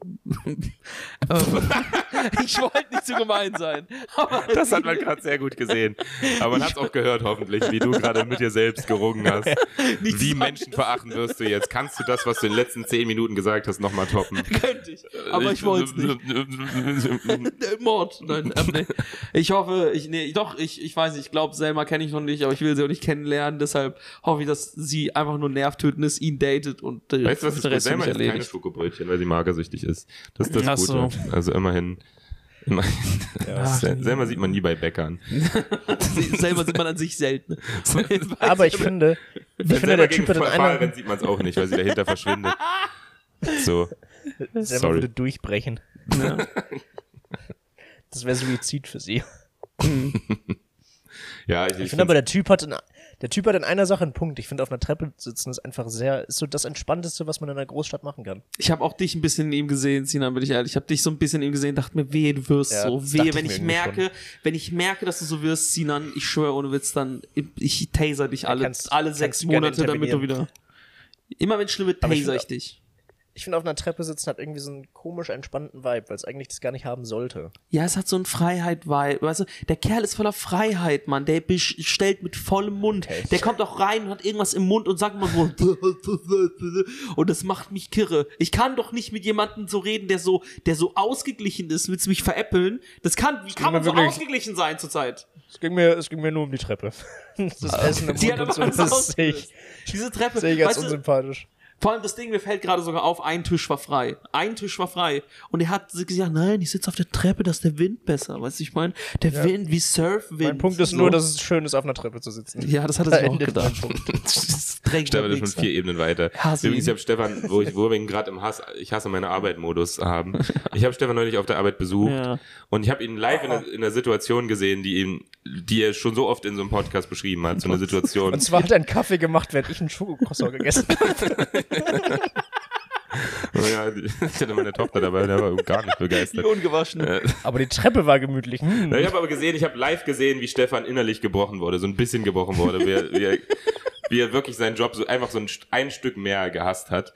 ich wollte nicht so gemein sein. Aber Das hat man gerade sehr gut gesehen. Aber man hat es auch gehört, hoffentlich, wie du gerade mit dir selbst gerungen hast. Nichts Wie sagen. Menschen verachten wirst du jetzt. Kannst du das, was du in den letzten zehn Minuten gesagt hast, nochmal toppen? könnte ich. Aber ich wollte es nicht. nicht. Der Mord. Nein, ähm, nee. Ich hoffe, ich, nee, doch, ich, ich weiß nicht, ich glaube, Selma kenne ich noch nicht, aber ich will sie auch nicht kennenlernen, deshalb hoffe ich, dass sie einfach nur nervtötend ist, ihn datet und äh, Weißt du, was das der Rest Problem mich ist? Keine erledigt. Schokobrötchen, weil sie magersüchtig ist. Das ist das Ach Gute. Also immerhin. immerhin. Sel- Selber sieht man nie bei Bäckern. Sie- Selma sieht man an sich selten. Aber ich finde, ich Wenn finde Selber der Typ gegen hat in Fahrer einer rennt, sieht man es auch nicht, weil sie dahinter verschwindet. So. selber Sorry. würde durchbrechen. Ja. Das wäre Suizid für sie. Ja, ich, Ich finde aber, der Typ hat in, der Typ hat in einer Sache einen Punkt. Ich finde, auf einer Treppe sitzen ist einfach sehr, ist so das Entspannteste, was man in einer Großstadt machen kann. Ich habe auch dich ein bisschen in ihm gesehen, Sinan, bin ich ehrlich. Ich habe dich so ein bisschen in ihm gesehen, dachte mir, wehe, du wirst Ja, so. das Wehe, dachte wenn ich ich, mir irgendwie merke, wenn ich merke, dass du so wirst, Sinan, ich schwöre ohne Witz, dann ich taser dich alle, kannst- alle kannst sechs du gerne Monate, damit du wieder. intervenieren. Immer wenn es schlimm wird, Aber ich taser will- ich dich. Ich finde, auf einer Treppe sitzen hat irgendwie so einen komisch entspannten Vibe, weil es eigentlich das gar nicht haben sollte. Ja, es hat so ein Freiheit-Vibe. Weißt du, der Kerl ist voller Freiheit, Mann. Der bestellt mit vollem Mund. Echt? Der kommt auch rein und hat irgendwas im Mund und sagt immer so. und das macht mich kirre. Ich kann doch nicht mit jemandem so reden, der so, der so ausgeglichen ist. Willst du mich veräppeln? Das kann, wie kann mir man so wirklich- ausgeglichen sein zurzeit? Es ging mir, es ging mir nur um die Treppe. Das Essen im Die hat Mund und aber so, alles das sehe ich, ausgelöst. Diese Treppe. sehe ich als weißt du, unsympathisch. vor allem das Ding, mir fällt gerade sogar auf, ein Tisch war frei. Ein Tisch war frei. Und er hat gesagt, nein, ich sitze auf der Treppe, da ist der Wind besser. Weißt du, ich meine, der Wind wie Surfwind. Mein Punkt ist so. nur, dass es schön ist, auf einer Treppe zu sitzen. Ja, das hat Da er sich auch endet mein gedacht. Punkt. Das drängt Stefan ist nichts. schon vier Ebenen weiter. Hasse Übrigens, ich ihn. habe Stefan, wo ich, wo wir ihn gerade im Hass, ich hasse meine Arbeit-Modus haben. Ich habe Stefan neulich auf der Arbeit besucht Ja. und ich habe ihn live in der, in der Situation gesehen, die ihm, die er schon so oft in so einem Podcast beschrieben hat, so eine Situation. Und zwar hat er einen Kaffee gemacht, während ich einen Schokokrossau gegessen habe. ja, die- ich hatte meine Tochter dabei, der war gar nicht begeistert. Ungewaschene. Äh, Aber die Treppe war gemütlich. Hm. Ja, ich habe aber gesehen, ich habe live gesehen, wie Stefan innerlich gebrochen wurde, so ein bisschen gebrochen wurde, wie er, wie er, wie er wirklich seinen Job so einfach so ein, St- ein Stück mehr gehasst hat.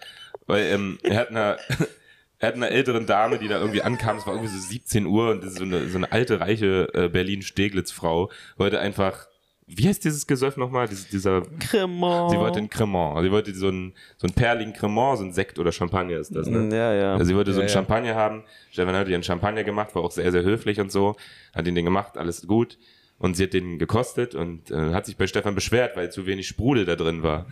Weil ähm, er hat einer, er hat einer älteren Dame, die da irgendwie ankam, es war irgendwie so 17 Uhr und das ist so eine, so eine alte, reiche äh, Berlin-Steglitz-Frau, wollte einfach, wie heißt dieses Gesöff nochmal? Dies, dieser Sie wollte ein Cremant. Sie wollte so ein, so ein perligen Cremant, so ein Sekt oder Champagner ist das, ne? Ja, ja. Also sie wollte so Ja, ein ja. Champagner haben. Stefan hat ihren Champagner gemacht, war auch sehr, sehr höflich und so. Hat ihn den gemacht, alles gut. Und sie hat den gekostet und äh, hat sich bei Stefan beschwert, weil zu wenig Sprudel da drin war.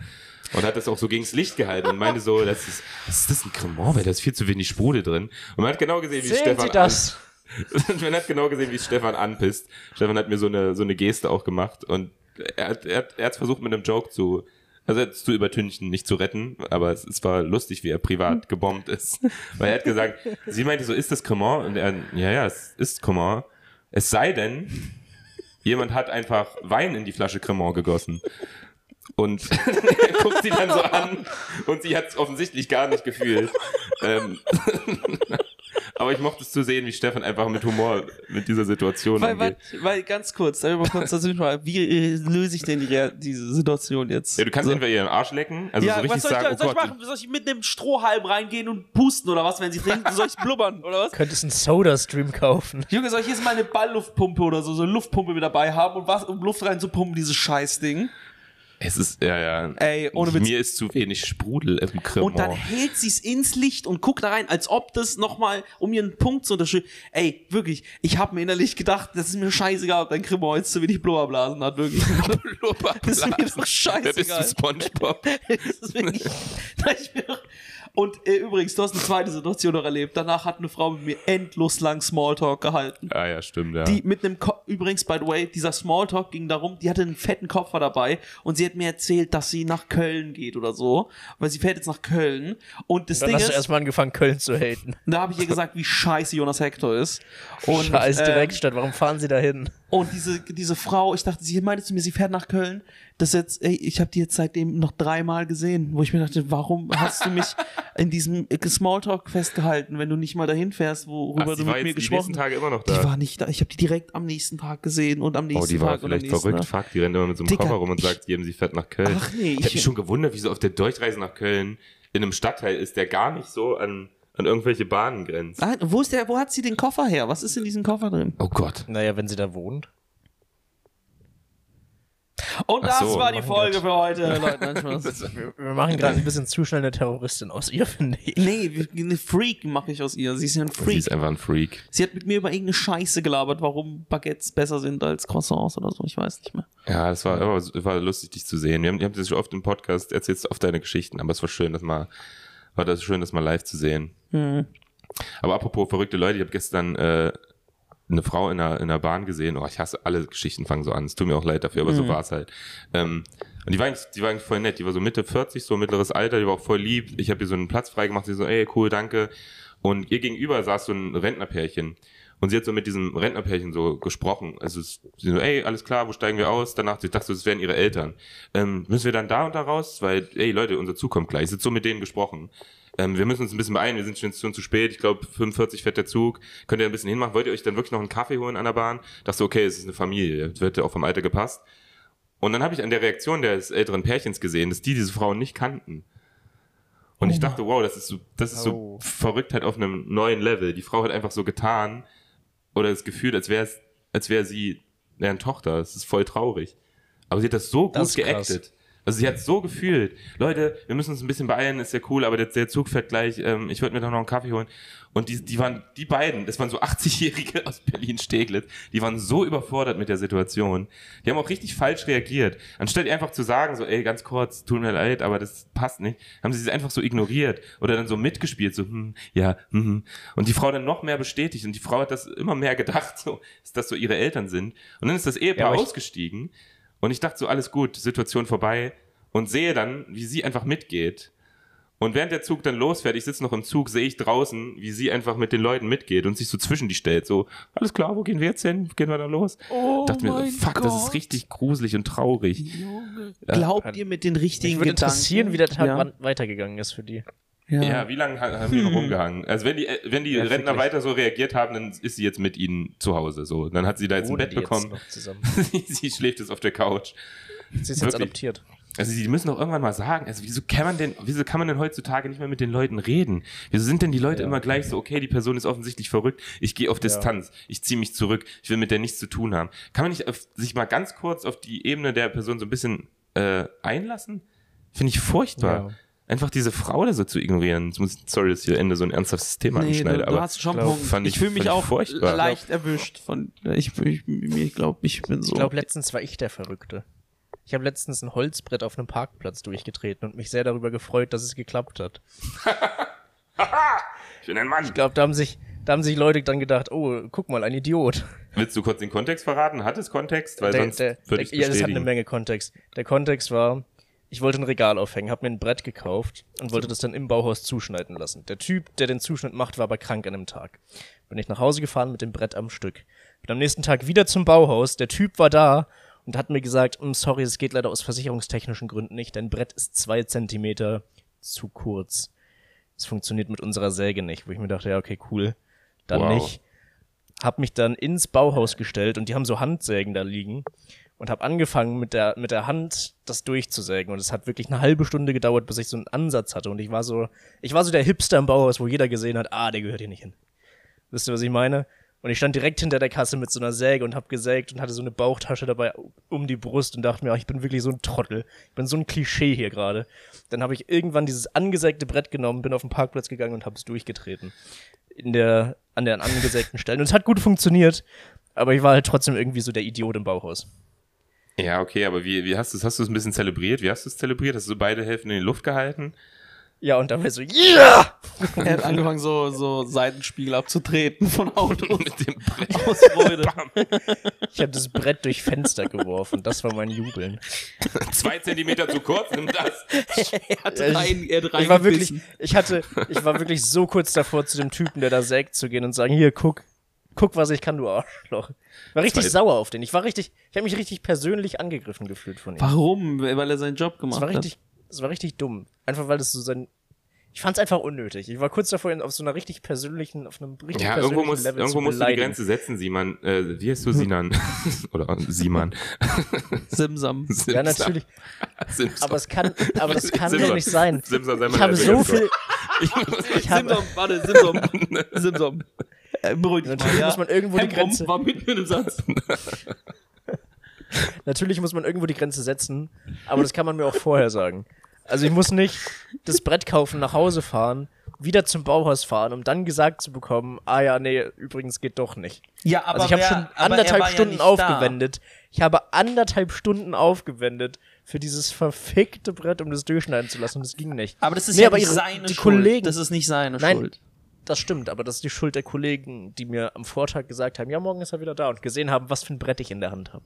Und hat das auch so gegens Licht gehalten und meinte so, das ist, was ist das ein Cremant, weil da ist viel zu wenig Sprudel drin. Und man hat genau gesehen, wie Sehen Stefan Sie das? und man hat genau gesehen, wie Stefan anpisst. Stefan hat mir so eine, so eine Geste auch gemacht und er hat es er hat, er hat's versucht mit einem Joke zu, also jetzt zu übertünchen, nicht zu retten, aber es, es war lustig, wie er privat gebombt ist. Weil er hat gesagt, sie meinte so, ist das Cremant? Und er, ja, ja, es ist Cremant. Es sei denn, jemand hat einfach Wein in die Flasche Cremant gegossen. Und er guckt sie dann so an und sie hat es offensichtlich gar nicht gefühlt. Ähm, aber ich mochte es zu sehen, wie Stefan einfach mit Humor mit dieser Situation Weil, weil, umgeht. weil, ganz kurz, darf ich mal kurz dazwischen fragen, wie äh, löse ich denn die, Rea- diese Situation jetzt? Ja, du kannst so. entweder ihren Arsch lecken, also ja, so richtig was soll ich, da- sagen, oh soll ich Gott, machen? Soll ich mit einem Strohhalm reingehen und pusten oder was, wenn sie trinken? Soll ich blubbern oder was? Könntest einen Soda-Stream kaufen. Junge, soll ich jetzt mal eine Ballluftpumpe oder so, so eine Luftpumpe mit dabei haben und was, um Luft reinzupumpen, dieses Scheißding? es ist, ja, ja. Ey, ohne Witz. Mir ist zu wenig Sprudel im Cremant. Und dann hält sie es ins Licht und guckt da rein, als ob das nochmal, um ihren Punkt zu unterstützen. Ey, wirklich, ich habe mir innerlich gedacht, das ist mir scheißegal, ob dein Cremor jetzt zu wenig Blubberblasen hat, wirklich. das ist mir doch Wer bist du, scheißegal. Spongebob? Das ist wirklich, Da ich mir doch- und äh, übrigens, du hast eine zweite Situation noch erlebt. Danach hat eine Frau mit mir endlos lang Smalltalk gehalten. ah ja, stimmt, ja. Die mit einem Ko übrigens, by the way, dieser Smalltalk ging darum, die hatte einen fetten Koffer dabei und sie hat mir erzählt, dass sie nach Köln geht oder so, weil sie fährt jetzt nach Köln und das Dann Ding hast du ist, erstmal angefangen, Köln zu haten. da habe ich ihr gesagt, wie scheiße Jonas Hector ist und Scheiß ähm, Direktstadt, warum fahren sie da hin? und diese diese Frau, ich dachte, sie meinte zu mir, sie fährt nach Köln, das jetzt, ey, ich habe die jetzt seitdem noch dreimal gesehen, wo ich mir dachte, warum hast du mich in diesem Smalltalk festgehalten, wenn du nicht mal dahin fährst, Ach, worüber sie du war mit jetzt mir die nächsten gesprochen hast? Tage immer noch Die da. war nicht da. Ich habe die direkt am nächsten Tag gesehen und am nächsten Oh, die Tag. war und am vielleicht nächsten verrückt. Tag. Fuck, die rennt immer mit so einem Digga, Kofferraum und ne? ich- sagt, geben sie fett nach Köln. Ach nee, ich habe mich ich- schon gewundert, wieso auf der Durchreise nach Köln in einem Stadtteil ist, der gar nicht so an, an irgendwelche Bahnen grenzt. Ah, wo, ist der, wo hat sie den Koffer her? Was ist in diesem Koffer drin? Oh Gott. Naja, wenn sie da wohnt. Und das Ach so, war die mein Folge Gott. für heute, Leute. Nein, Spaß. Wir, wir machen gerade ein bisschen zu schnell eine Terroristin aus ihr, finde ich. nee, eine Freak mache ich aus ihr. Sie ist ja ein Sie Freak. ist einfach ein Freak. Sie hat mit mir über irgendeine Scheiße gelabert, warum Baguettes besser sind als Croissants oder so. Ich weiß nicht mehr. Ja, das war, war, war lustig, dich zu sehen. Wir haben, ihr habt das schon oft im Podcast, erzählst oft deine Geschichten, aber es war schön, das mal, war das schön, das mal live zu sehen. Aber apropos verrückte Leute, ich habe gestern äh, eine Frau in der, in der Bahn gesehen. Oh, ich hasse alle Geschichten, fangen so an. Es tut mir auch leid dafür, aber so war's halt. Ähm, und die war, eigentlich, die war eigentlich voll nett. Die war so Mitte 40, so mittleres Alter. Die war auch voll lieb. Ich habe ihr so einen Platz freigemacht. Sie so, ey, cool, danke. Und ihr gegenüber saß so ein Rentnerpärchen. Und sie hat so mit diesem Rentnerpärchen so gesprochen. Also es- sie so, ey, alles klar, wo steigen wir aus? Danach, ich dachte so, das wären ihre Eltern. Ähm, müssen wir dann da und da raus? Weil, ey, Leute, unser Zug kommt gleich. Sie hat so mit denen gesprochen. Ähm, wir müssen uns ein bisschen beeilen, wir sind schon, schon zu spät. Ich glaube, 45 fährt der Zug. Könnt ihr ein bisschen hinmachen? Wollt ihr euch dann wirklich noch einen Kaffee holen an der Bahn? Dachte, okay, es ist eine Familie. Das wird ja auch vom Alter gepasst. Und dann habe ich an der Reaktion des älteren Pärchens gesehen, dass die diese Frauen nicht kannten. Und ich dachte, wow, das ist so, das ist so Oh. Verrücktheit auf einem neuen Level. Die Frau hat einfach so getan oder das Gefühl, als wäre als wäre sie deren Tochter. Es ist voll traurig. Aber sie hat das so gut Das ist krass. geactet. Also sie hat so gefühlt. Leute, wir müssen uns ein bisschen beeilen, ist ja cool, aber der, der Zug fährt gleich. Ähm, ich wollte mir doch noch einen Kaffee holen. Und die, die waren, die beiden, das waren so 80-Jährige aus Berlin-Steglitz, die waren so überfordert mit der Situation. Die haben auch richtig falsch reagiert. Anstatt ihr einfach zu sagen, so, ey, ganz kurz, tut mir leid, aber das passt nicht, haben sie es einfach so ignoriert oder dann so mitgespielt, so, hm, ja, hm, hm. Und die Frau dann noch mehr bestätigt und die Frau hat das immer mehr gedacht, so, dass das so ihre Eltern sind. Und dann ist das Ehepaar aber ich- ausgestiegen und ich dachte so, alles gut, Situation vorbei und sehe dann, wie sie einfach mitgeht. Und während der Zug dann losfährt, ich sitze noch im Zug, sehe ich draußen, wie sie einfach mit den Leuten mitgeht und sich so zwischen die stellt. So, alles klar, wo gehen wir jetzt hin? Gehen wir da los? Oh dachte mir, fuck, das ist richtig gruselig und traurig. Junge. Glaubt ihr mit den richtigen Mich würde Gedanken? interessieren, wie der Tag ja. wann- weitergegangen ist für die. Ja. Ja, wie lange ha- haben die noch rumgehangen? Also wenn die, äh, wenn die Rentner wirklich. weiter so reagiert haben, dann ist sie jetzt mit ihnen zu Hause. So, dann hat sie da jetzt ein Wohnen Bett die jetzt bekommen. noch zusammen. sie schläft jetzt auf der Couch. Sie ist Wirklich. jetzt adoptiert. Also die müssen doch irgendwann mal sagen, also wieso kann man denn, wieso kann man denn heutzutage nicht mehr mit den Leuten reden? Wieso sind denn die Leute immer gleich so, okay, die Person ist offensichtlich verrückt, ich gehe auf Distanz, ich ziehe mich zurück, ich will mit der nichts zu tun haben. Kann man nicht auf, sich mal ganz kurz auf die Ebene der Person so ein bisschen äh, einlassen? Finde ich furchtbar. Ja. Einfach diese Frau da so zu ignorieren. Jetzt muss, sorry, dass ich hier Ende so ein ernsthaftes Thema Nee, anschneide, du, du aber hast schon einen glaub, Punkt. fand ich ich- fühle mich fand ich auch furchtbar. leicht erwischt von. Ich, ich, ich glaube, ich bin so. Ich glaube, letztens war ich der Verrückte. Ich habe letztens ein Holzbrett auf einem Parkplatz durchgetreten und mich sehr darüber gefreut, dass es geklappt hat. ich bin ein Mann. Ich glaube, da haben sich, da haben sich Leute dann gedacht, oh, guck mal, ein Idiot. Willst du kurz den Kontext verraten? Hat es Kontext? Weil Der- sonst der- würde ich der- ja, das hat eine bestätigen. Menge Kontext. Der Kontext war, ich wollte ein Regal aufhängen, habe mir ein Brett gekauft und wollte das dann im Bauhaus zuschneiden lassen. Der Typ, der den Zuschnitt macht, war aber krank an dem Tag. Bin ich nach Hause gefahren mit dem Brett am Stück. Bin am nächsten Tag wieder zum Bauhaus. Der Typ war da und hat mir gesagt, "Mm, sorry, es geht leider aus versicherungstechnischen Gründen nicht. Dein Brett ist zwei Zentimeter zu kurz. Es funktioniert mit unserer Säge nicht. Wo ich mir dachte, ja, okay, cool. Dann Wow. nicht habe mich dann ins Bauhaus gestellt und die haben so Handsägen da liegen und habe angefangen mit der mit der Hand das durchzusägen und es hat wirklich eine halbe Stunde gedauert, bis ich so einen Ansatz hatte und ich war so ich war so der Hipster im Bauhaus, wo jeder gesehen hat, ah, der gehört hier nicht hin. Wisst ihr, was ich meine? Und ich stand direkt hinter der Kasse mit so einer Säge und habe gesägt und hatte so eine Bauchtasche dabei um die Brust und dachte mir, ah, ich bin wirklich so ein Trottel. Ich bin so ein Klischee hier gerade. Dann habe ich irgendwann dieses angesägte Brett genommen, bin auf den Parkplatz gegangen und habe es durchgetreten in der, an den angesägten Stellen. Und es hat gut funktioniert, aber ich war halt trotzdem irgendwie so der Idiot im Bauhaus. Ja, okay, aber wie, wie hast du es? Hast du es ein bisschen zelebriert? Wie hast du es zelebriert? Hast du so beide Hälften in die Luft gehalten? Ja, und dann war ich so, ja! er hat angefangen, so, so Seitenspiegel abzutreten von Autos. Mit dem Brett. aus Freude. Ich habe das Brett durch Fenster geworfen. Das war mein Jubeln. Zwei Zentimeter zu kurz, nimm das. Er hat rein, er hat Ich war wirklich, reingebissen. ich hatte, ich war wirklich so kurz davor, zu dem Typen, der da sägt, zu gehen und sagen, hier, guck, guck, was ich kann, du Arschloch. Ich war richtig Zwei- sauer auf den. Ich war richtig, ich habe mich richtig persönlich angegriffen gefühlt von ihm. Warum? Weil er seinen Job Es gemacht war hat. richtig, es war richtig dumm. Einfach weil das so sein. Ich fand es einfach unnötig. Ich war kurz davor, ihn auf so einer richtig persönlichen, auf einem richtig Ja, persönlichen irgendwo, muss, Level irgendwo zu musst du die beleidigen. Grenze setzen, Simon. Äh, wie heißt du Sinan? Oder äh, Simon. Simsam. Ja, natürlich. Simsa. Aber es kann, aber das kann Simsa. doch nicht sein. Simsa, sei mal Ich habe leise, so ganz viel. Ich habe, Simsam, warte, Simsam. Simsam. Äh, Beruhig dich mal, natürlich ja. muss man irgendwo die Hemp rum Grenze, war mitten in dem Satz. natürlich muss man irgendwo die Grenze setzen. Aber das kann man mir auch vorher sagen. Also ich muss nicht das Brett kaufen, nach Hause fahren, wieder zum Bauhaus fahren, um dann gesagt zu bekommen, ah ja, nee, übrigens geht doch nicht. Ja, aber Also ich habe wer- schon aber er anderthalb war ja Stunden nicht da. aufgewendet. Ich habe anderthalb Stunden aufgewendet für dieses verfickte Brett, um das durchschneiden zu lassen. Und das ging nicht. Aber das ist Nee, ja aber nicht ihre- seine die Schuld. Kollegen- Das ist nicht seine Nein. Schuld. Das stimmt, aber das ist die Schuld der Kollegen, die mir am Vortag gesagt haben, ja, morgen ist er wieder da und gesehen haben, was für ein Brett ich in der Hand habe.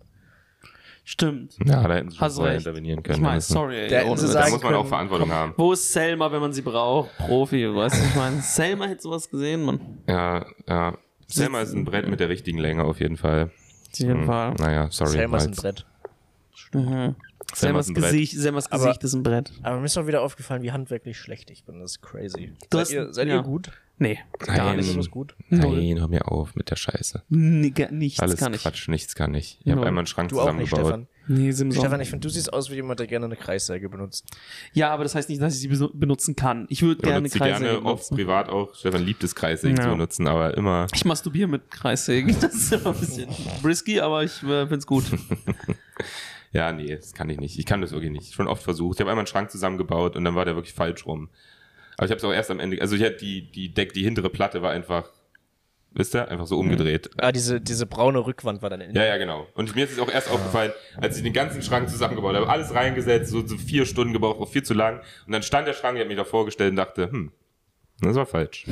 Stimmt. Ja, da hätten sie schon Hast vorher recht. intervenieren Ich können. meine, Das- sorry, Da ey, hätten ohne sie Witz. da sagen muss man auch können, Verantwortung haben. Wo ist Selma, wenn man sie braucht? Profi, weißt du, ich meine, Selma hätte sowas gesehen, Mann. Ja, ja. Selma ist ein Brett mit der richtigen Länge auf jeden Fall. Hm. Auf Mhm. jeden Fall. Naja, sorry. Selma ist ein Malz. Brett. Mhm. Selmas ein Brett. Gesicht, Selmas Aber- Gesicht ist ein Brett. Aber mir ist auch wieder aufgefallen, wie handwerklich schlecht ich bin. Das ist crazy. Du seid hast- ihr, seid ja. ihr gut? Nee, gar Nein. nicht. Ist das gut? Nein, hör mir auf mit der Scheiße. Nee, gar- nichts Alles kann ich. Quatsch, nichts kann ich. Ich habe Null. einmal einen Schrank Du auch nicht, zusammengebaut. Stefan. Nee, Simson. Stefan, ich finde, du siehst aus wie jemand, der gerne eine Kreissäge benutzt. Ja, aber das heißt nicht, dass ich sie beso- benutzen kann. Ich würde Ich gerne benutze Kreissägen gerne oft benutzen. privat auch. Stefan liebt es, Kreissägen Ja. zu benutzen, aber immer. Ich masturbiere mit Kreissägen. Das ist immer ein bisschen risky, aber ich äh, find's gut. Ja, nee, das kann ich nicht. Ich kann das wirklich nicht. Schon oft versucht. Ich habe einmal einen Schrank zusammengebaut und dann war der wirklich falsch rum. Aber ich habe es auch erst am Ende. Also ich hatte die, die Deck, die hintere Platte war einfach, wisst ihr, einfach so umgedreht. Ah, diese, diese braune Rückwand war dann in Ja, ja, genau. Und mir ist es auch erst aufgefallen, als ich den ganzen Schrank zusammengebaut habe, alles reingesetzt, so, so vier Stunden gebraucht, auch viel zu lang. Und dann stand der Schrank, ich habe mich da vorgestellt und dachte, hm, das war falsch.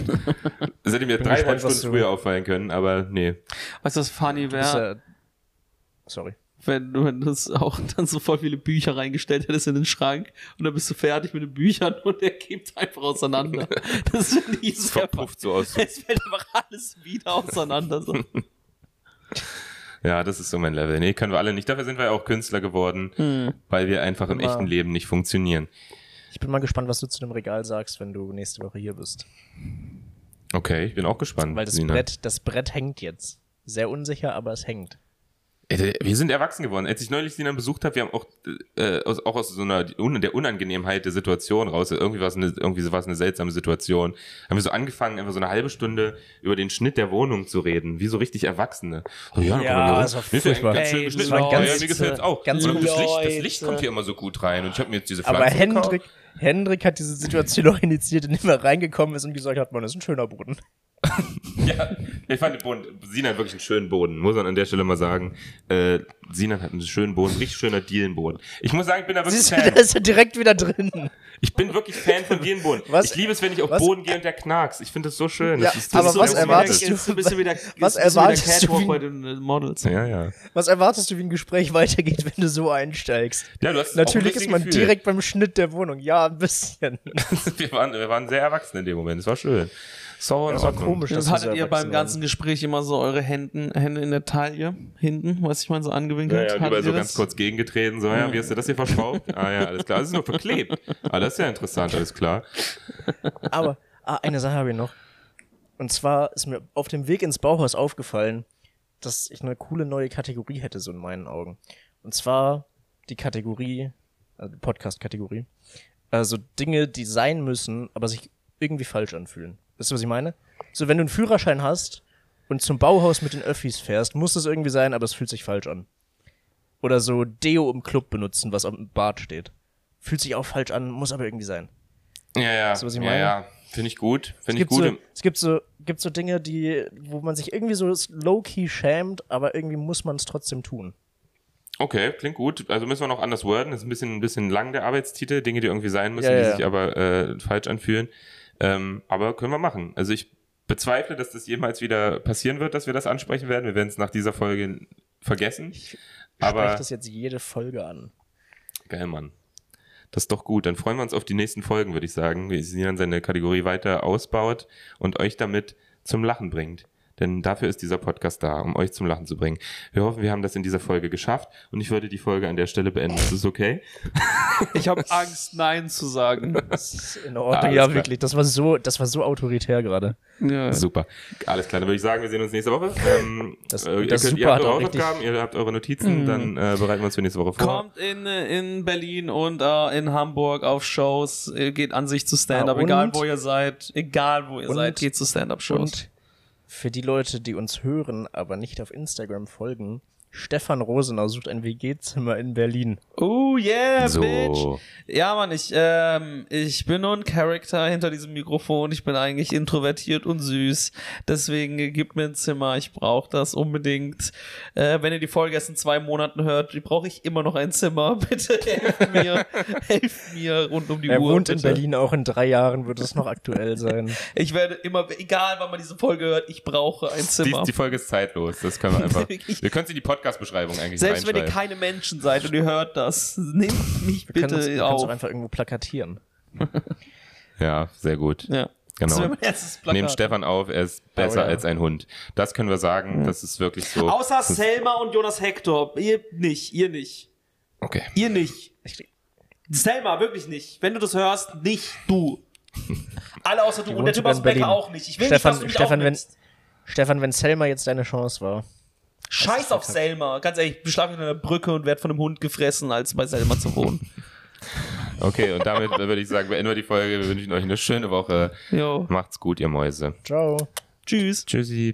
Das hätte mir dreieinhalb gespannt, was Stunden du- früher auffallen können, aber nee. Weißt du, was funny Das ist wäre, ja- Sorry. wenn du wenn das auch dann so voll viele Bücher reingestellt hättest in den Schrank und dann bist du fertig mit den Büchern und der kippt einfach auseinander. Das finde ich Es sehr verpufft so aus. Es fällt einfach alles wieder auseinander. So. Ja, das ist so mein Level. Nee, können wir alle nicht. Dafür sind wir ja auch Künstler geworden, weil wir einfach im Hm. Immer. echten Leben nicht funktionieren. Ich bin mal gespannt, was du zu dem Regal sagst, wenn du nächste Woche hier bist. Okay, ich bin auch gespannt. Weil das Sina. Brett, das Brett hängt jetzt. Sehr unsicher, aber es hängt. Äh, Wir sind erwachsen geworden. Als ich neulich Sinan besucht habe, wir haben auch, äh, aus, auch aus so einer un, der Unangenehmheit der Situation raus, irgendwie war es eine, irgendwie so war es eine seltsame Situation, haben wir so angefangen, einfach so eine halbe Stunde über den Schnitt der Wohnung zu reden, wie so richtig Erwachsene. Oh, ja, dann Ja, kann man hier das war rum. Mir gefällt furchtbar. Ganz schön Ey, geschnitten. Leute. Ja, mir gefällt es auch. Ganz Und das, Licht, das Leute. Licht kommt hier immer so gut rein und ich habe mir jetzt diese Pflanze Aber gekauft. Hendrik, Hendrik hat diese Situation auch initiiert, indem er reingekommen ist und gesagt hat, man, das ist ein schöner Boden. Ja, ich fand den Boden, Sinan hat wirklich einen schönen Boden, muss man an der Stelle mal sagen. Äh, Sinan hat einen schönen Boden, richtig schöner Dielenboden. Ich muss sagen, ich bin da wirklich Siehst du, Fan. da ist er direkt wieder drin. Ich bin wirklich Fan von Dielenboden. Was- Ich liebe es, wenn ich auf was- Boden gehe und der knackst. Ich finde das so schön. Ja, das ist, das aber ist so was der erwartest Moment. du- Bist bist du wieder, was bist du wieder erwartest du, Catwalk wie- bei den äh, Models? Ja, ja. Was erwartest du, wie ein Gespräch weitergeht, wenn du so einsteigst? Ja, du hast auch ein Natürlich ist richtiges man Gefühl. direkt beim Schnitt der Wohnung. Ja, ein bisschen. wir, waren, wir waren sehr erwachsen in dem Moment. Es war schön. So, Das war komisch, dass Das wir so hattet ihr beim erwachsen ganzen Gespräch immer so eure Händen, Hände in der Taille hinten, was ich meine, so angewinkelt. Naja, Hattet überall so ihr ganz das? kurz gegengetreten. So, ja, wie hast du das hier verschraubt? Ah ja, alles klar. Das ist nur verklebt. Ah, das ist ja interessant, alles klar. waren. Aber ah, eine Sache habe ich noch. Und zwar ist mir auf dem Weg ins Bauhaus aufgefallen, dass ich eine coole neue Kategorie hätte, so in meinen Augen. Und zwar die Kategorie, also die Podcast-Kategorie. Also Dinge, die sein müssen, aber sich irgendwie falsch anfühlen. Weißt du, was ich meine? So, wenn du einen Führerschein hast und zum Bauhaus mit den Öffis fährst, muss es irgendwie sein, aber es fühlt sich falsch an. Oder so Deo im Club benutzen, was am Bart steht. Fühlt sich auch falsch an, muss aber irgendwie sein. Ja, ja. du, was ich ja, meine? ja. Finde ich gut. Es Finde ich gibt, gut. so, im- es gibt so, gibt so Dinge, die, wo man sich irgendwie so low-key schämt, aber irgendwie muss man es trotzdem tun. Okay, klingt gut. Also müssen wir noch anders worden. Ist ein bisschen, ein bisschen lang der Arbeitstitel. Dinge, die irgendwie sein müssen, Ja, ja, die ja. sich aber äh, falsch anfühlen. Ähm, aber können wir machen. Also ich bezweifle, dass das jemals wieder passieren wird, dass wir das ansprechen werden. Wir werden es nach dieser Folge vergessen. Sprecht Aber das jetzt jede Folge an. geil, Mann. Das ist doch gut. Dann freuen wir uns auf die nächsten Folgen, würde ich sagen, wie Sinan seine Kategorie weiter ausbaut und euch damit zum Lachen bringt. Denn dafür ist dieser Podcast da, um euch zum Lachen zu bringen. Wir hoffen, wir haben das in dieser Folge geschafft und ich würde die Folge an der Stelle beenden. Ist das okay? Ich habe Angst, Nein zu sagen. Das ist in Ordnung. Alles ja, klar. wirklich. Das war so, das war so autoritär gerade. Ja. Super. Alles klar, dann würde ich sagen, wir sehen uns nächste Woche. Ähm, Das- äh, ihr, das könnt, super ihr habt hat eure auch richtig- Hausaufgaben, ihr habt eure Notizen, dann äh, bereiten wir uns für nächste Woche vor. Kommt in, äh, in Berlin und äh, in Hamburg auf Shows, äh, geht an sich zu Stand-Up, Ah, und- egal wo ihr seid, egal wo ihr Und- seid, geht zu Stand-Up-Shows. Und für die Leute, die uns hören, aber nicht auf Instagram folgen, Stefan Rosenau sucht ein WG-Zimmer in Berlin. Oh yeah, So. bitch. Ja, Mann, ich, ähm, ich bin nur ein Charakter hinter diesem Mikrofon. Ich bin eigentlich introvertiert und süß. Deswegen äh, gebt mir ein Zimmer. Ich brauche das unbedingt. Äh, wenn ihr die Folge erst in zwei Monaten hört, brauche ich immer noch ein Zimmer. Bitte helft mir. helft mir rund um die er Uhr. wohnt in bitte. Berlin, auch in drei Jahren wird es noch aktuell sein. Ich werde immer, egal wann man diese Folge hört, ich brauche ein Die, Zimmer. die Folge ist zeitlos, das können wir einfach. Wirklich. wir können sie in die Podcast-Beschreibung eigentlich Selbst wenn ihr reinschreiben. keine Menschen seid und ihr hört das, nehmt mich Wir können bitte uns, wir können uns auch auf. einfach irgendwo plakatieren. Ja, sehr gut. Ja. Genau. Das wäre mein erstes Plakat. ne? Ah, Nehmt Stefan auf, er ist besser Oh, ja. als ein Hund. Das können wir sagen, das ist wirklich so. Hm. Außer Selma und Jonas Hector. Ihr nicht, ihr nicht. Okay. Ihr nicht. Ich- Selma, wirklich nicht. Wenn du das hörst, nicht du. Alle außer du. Und der Typ wohnt sogar aus in Becker Berlin. auch nicht. Ich will Stefan, nicht, dass du mich Stefan, wenn, aufnimmst. Stefan, wenn Selma jetzt deine Chance war. Scheiß auf Selma. Ganz ehrlich, ich beschlag mich an einer Brücke und werd von einem Hund gefressen, als bei Selma zu wohnen. Okay, und damit würde ich sagen, beenden wir die Folge. Wir wünschen euch eine schöne Woche. Jo. Macht's gut, ihr Mäuse. Ciao. Tschüss. Tschüssi.